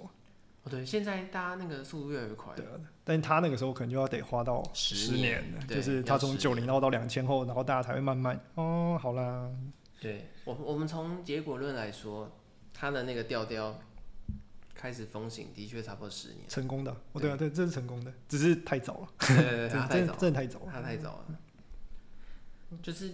Speaker 2: 哦对，现在大家那个速度越来越快，
Speaker 1: 对啊，但是他那个时候可能就要得花到
Speaker 2: 十
Speaker 1: 十
Speaker 2: 年
Speaker 1: 年了，
Speaker 2: 对
Speaker 1: 就是他
Speaker 2: 要
Speaker 1: 从
Speaker 2: 十
Speaker 1: 九零到到两千后，然后大家才会慢慢哦，好啦，，
Speaker 2: 对我我们从结果论来说，他的那个调调开始风行，的确差不多十年
Speaker 1: 成功的，哦对啊，对，这是成功的，只是太早了，
Speaker 2: 对对
Speaker 1: 真
Speaker 2: 对，
Speaker 1: 的
Speaker 2: 他太
Speaker 1: 真
Speaker 2: 早
Speaker 1: 的
Speaker 2: 了。
Speaker 1: 真的太早了，
Speaker 2: 他太早了，就是，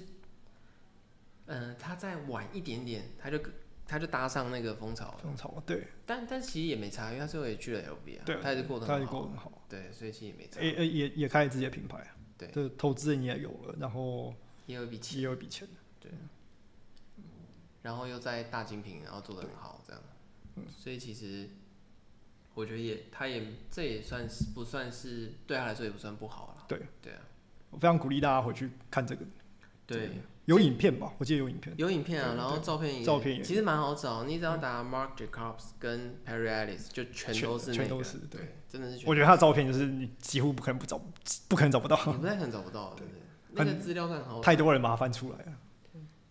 Speaker 2: 嗯、他再晚一点点，他就他就搭上那个风潮了，
Speaker 1: 风潮了，对
Speaker 2: 但但其实也没差，因为他最后也去了 LV 啊，
Speaker 1: 对，
Speaker 2: 他也是过得
Speaker 1: 他
Speaker 2: 很
Speaker 1: 也
Speaker 2: 好，
Speaker 1: 过得很好，
Speaker 2: 对，所以其实也没差，
Speaker 1: 也也也也开了自己的品牌，啊
Speaker 2: 对
Speaker 1: 就是投资人也有了，然后
Speaker 2: 也有一笔钱，
Speaker 1: 也有一笔钱，
Speaker 2: 然后又在大精品，然后做的很好，这样，
Speaker 1: 嗯
Speaker 2: 所以其实我觉得也他也这也算是不算是对他来说也不算不好了，
Speaker 1: 对
Speaker 2: 对啊，
Speaker 1: 我非常鼓励大家回去看这个，
Speaker 2: 对，
Speaker 1: 有影片吧，我记得有影片，
Speaker 2: 有影片啊，然后照片也
Speaker 1: 照片也嗯
Speaker 2: 其实蛮好找，你只要打 Mark Jacobs 跟 Perry Ellis 就全都是那个，
Speaker 1: 全都是对
Speaker 2: 对，真的是全
Speaker 1: 我觉得他的照片就是你几乎不可能不找，不可能找 不到，
Speaker 2: 你不太可能找不到，对不对？那个资料算很好，
Speaker 1: 太多人把它翻出来了，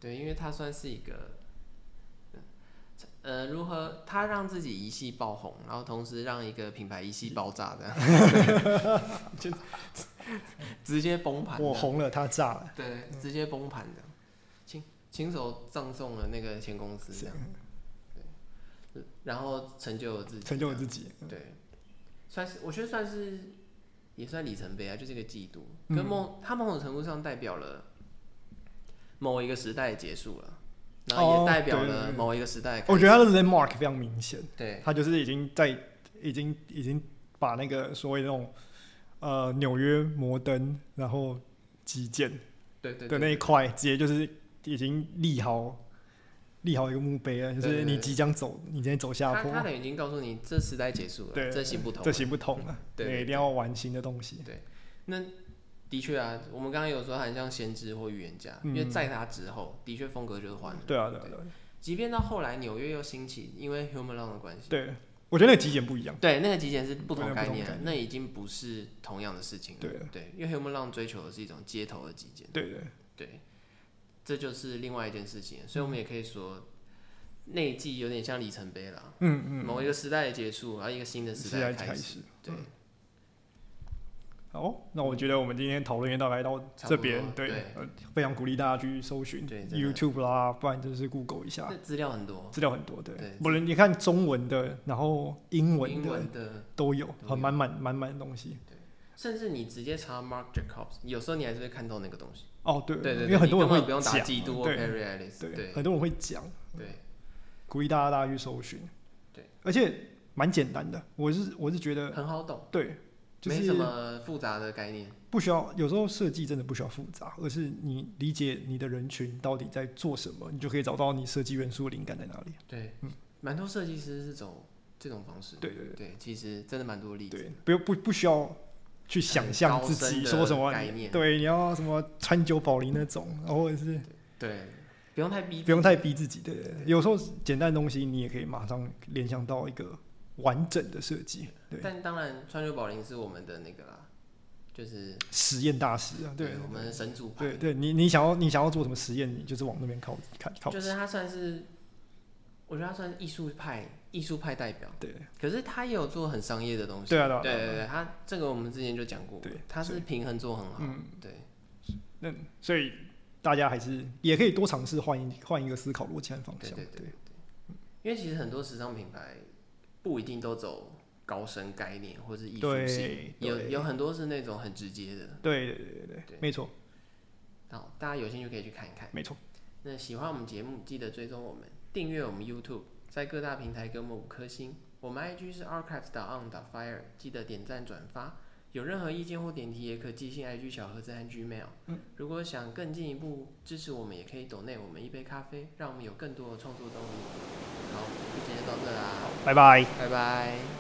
Speaker 2: 对，因为它算是一个，呃，如何他让自己一系爆红，然后同时让一个品牌一系爆炸的， 就直接崩盘，
Speaker 1: 我红了，他炸了，
Speaker 2: 对，直接崩盘的，亲亲手葬送了那个前公司这样，对，然后成就了自己，
Speaker 1: 成就了自己，
Speaker 2: 对，算是我觉得算是也算里程碑啊，就是一个季度，
Speaker 1: 嗯
Speaker 2: 跟某它某种程度上代表了某一个时代的结束了，然后
Speaker 1: 哦
Speaker 2: 也代表
Speaker 1: 对对
Speaker 2: 了
Speaker 1: 对
Speaker 2: 某一个时代的开始、
Speaker 1: 我觉得他的 landmark 非常明显，
Speaker 2: 对
Speaker 1: 他就是已经在已经已经把那个所谓那种呃纽约摩登，然后基建
Speaker 2: 对对
Speaker 1: 的那一块，直接就是已经立好立好一个墓碑了，就
Speaker 2: 对
Speaker 1: 是
Speaker 2: 对对
Speaker 1: 你即将走，你今天走下
Speaker 2: 他
Speaker 1: 坡
Speaker 2: 他，等于已经告诉你这时代结束了，
Speaker 1: 对，
Speaker 2: 这行不通了，
Speaker 1: 这行不通了，
Speaker 2: 对对
Speaker 1: 你一定要玩新的东西，
Speaker 2: 那的确啊，我们刚刚有说他很像先知或预言家，因为
Speaker 1: 嗯
Speaker 2: 在他之后，的确风格就是换了。
Speaker 1: 对啊，对啊，对啊
Speaker 2: 即便到后来纽约又兴起，因为 Human Long 的关系，
Speaker 1: 对，我觉得那个极简不一样，
Speaker 2: 对，那个极简是不同
Speaker 1: 对
Speaker 2: 概
Speaker 1: 不同
Speaker 2: 念
Speaker 1: 概
Speaker 2: 啊，
Speaker 1: 念
Speaker 2: 那已经不是同样的事情了。
Speaker 1: 对
Speaker 2: 对，因为 Human Long 追求的是一种街头的极简，
Speaker 1: 对对，
Speaker 2: 对，这就是另外一件事情，所
Speaker 1: 嗯
Speaker 2: 以我们也可以说，那一季有点像里程碑啦，
Speaker 1: 嗯嗯，
Speaker 2: 某一个时代的结束，然后一个新的时
Speaker 1: 时代
Speaker 2: 代的开
Speaker 1: 开
Speaker 2: 始，
Speaker 1: 始，
Speaker 2: 对，
Speaker 1: 哦，那我觉得我们今天讨论也大概到这边
Speaker 2: 差，不多
Speaker 1: 对，
Speaker 2: 对
Speaker 1: 呃，非常鼓励大家去搜寻
Speaker 2: 对真的
Speaker 1: YouTube 啦，不然就是 Google 一下
Speaker 2: 这，资料很多，
Speaker 1: 资料很多，对
Speaker 2: 对，
Speaker 1: 不论你看中文的，然后英文
Speaker 2: 英
Speaker 1: 的
Speaker 2: 文的，
Speaker 1: 都有
Speaker 2: 都，有
Speaker 1: 很满满满满的东西。
Speaker 2: 甚至你直接查 Mark Jacobs，有时候你还是会看到那个东西。
Speaker 1: 哦，对，
Speaker 2: 对对对，
Speaker 1: 因为很多人
Speaker 2: 你根
Speaker 1: 会
Speaker 2: 本不用打
Speaker 1: 讲
Speaker 2: 基督或 p a
Speaker 1: 对
Speaker 2: r y Ellis，
Speaker 1: 对，
Speaker 2: 对
Speaker 1: 很多人会讲，
Speaker 2: 对，
Speaker 1: 鼓励大家大家去搜寻，
Speaker 2: 对，
Speaker 1: 而且蛮简单的，我是我是觉得，
Speaker 2: 很好懂，
Speaker 1: 对，就
Speaker 2: 没什
Speaker 1: 是
Speaker 2: 么复杂的概念。
Speaker 1: 不需要，有时候设计真的不需要复杂，而是你理解你的人群到底在做什么，你就可以找到你设计元素的灵感在哪里。
Speaker 2: 对，蛮多设计师是走这种方式。
Speaker 1: 对嗯对对
Speaker 2: 对，其实真的蛮多例子。
Speaker 1: 对，不用不不需要去想象自己说什么
Speaker 2: 很高深的概念
Speaker 1: 对，你要什么川久保玲那种，或者是
Speaker 2: 对，不用太逼，
Speaker 1: 不用太。逼自己的。有时候简单的东西，你也可以马上联想到一个完整的设计。对，
Speaker 2: 但当然，川久保玲是我们的那个啦，就是
Speaker 1: 实验大师啊，对
Speaker 2: 我们的神主牌。
Speaker 1: 对对，你你想要你想要做什么实验，你就是往那边靠看靠。
Speaker 2: 就是他算是，我觉得他算是艺术派，艺术派代表。
Speaker 1: 对
Speaker 2: 可是他也有做很商业的东西。
Speaker 1: 对啊对啊
Speaker 2: 对
Speaker 1: 对啊
Speaker 2: 对，他这个我们之前就讲过，
Speaker 1: 对
Speaker 2: 他
Speaker 1: 所
Speaker 2: 是平衡做很好。
Speaker 1: 嗯，
Speaker 2: 对，
Speaker 1: 那所以大家还是也可以多尝试换一换一个思考逻辑和方向。
Speaker 2: 对对对因为其实很多时尚品牌不一定都走高深概念或是艺术
Speaker 1: 对
Speaker 2: 性，有
Speaker 1: 对
Speaker 2: 有很多是那种很直接的。
Speaker 1: 对对对对
Speaker 2: 对
Speaker 1: 对，没错
Speaker 2: 好，大家有兴趣可以去看一看。
Speaker 1: 没错，
Speaker 2: 那喜欢我们节目，记得追踪我们，订阅我们 YouTube，在各大平台给我们五颗星。我们 IG 是 archives on fire，记得点赞转发。有任何意见或点题，也可寄信 IG 小盒子和 Gmail。如果想更进一步支持我们，也可以 donate 我们一杯咖啡，让我们有更多的创作动力。好，就今天到这啦，
Speaker 1: 拜拜。
Speaker 2: 拜拜。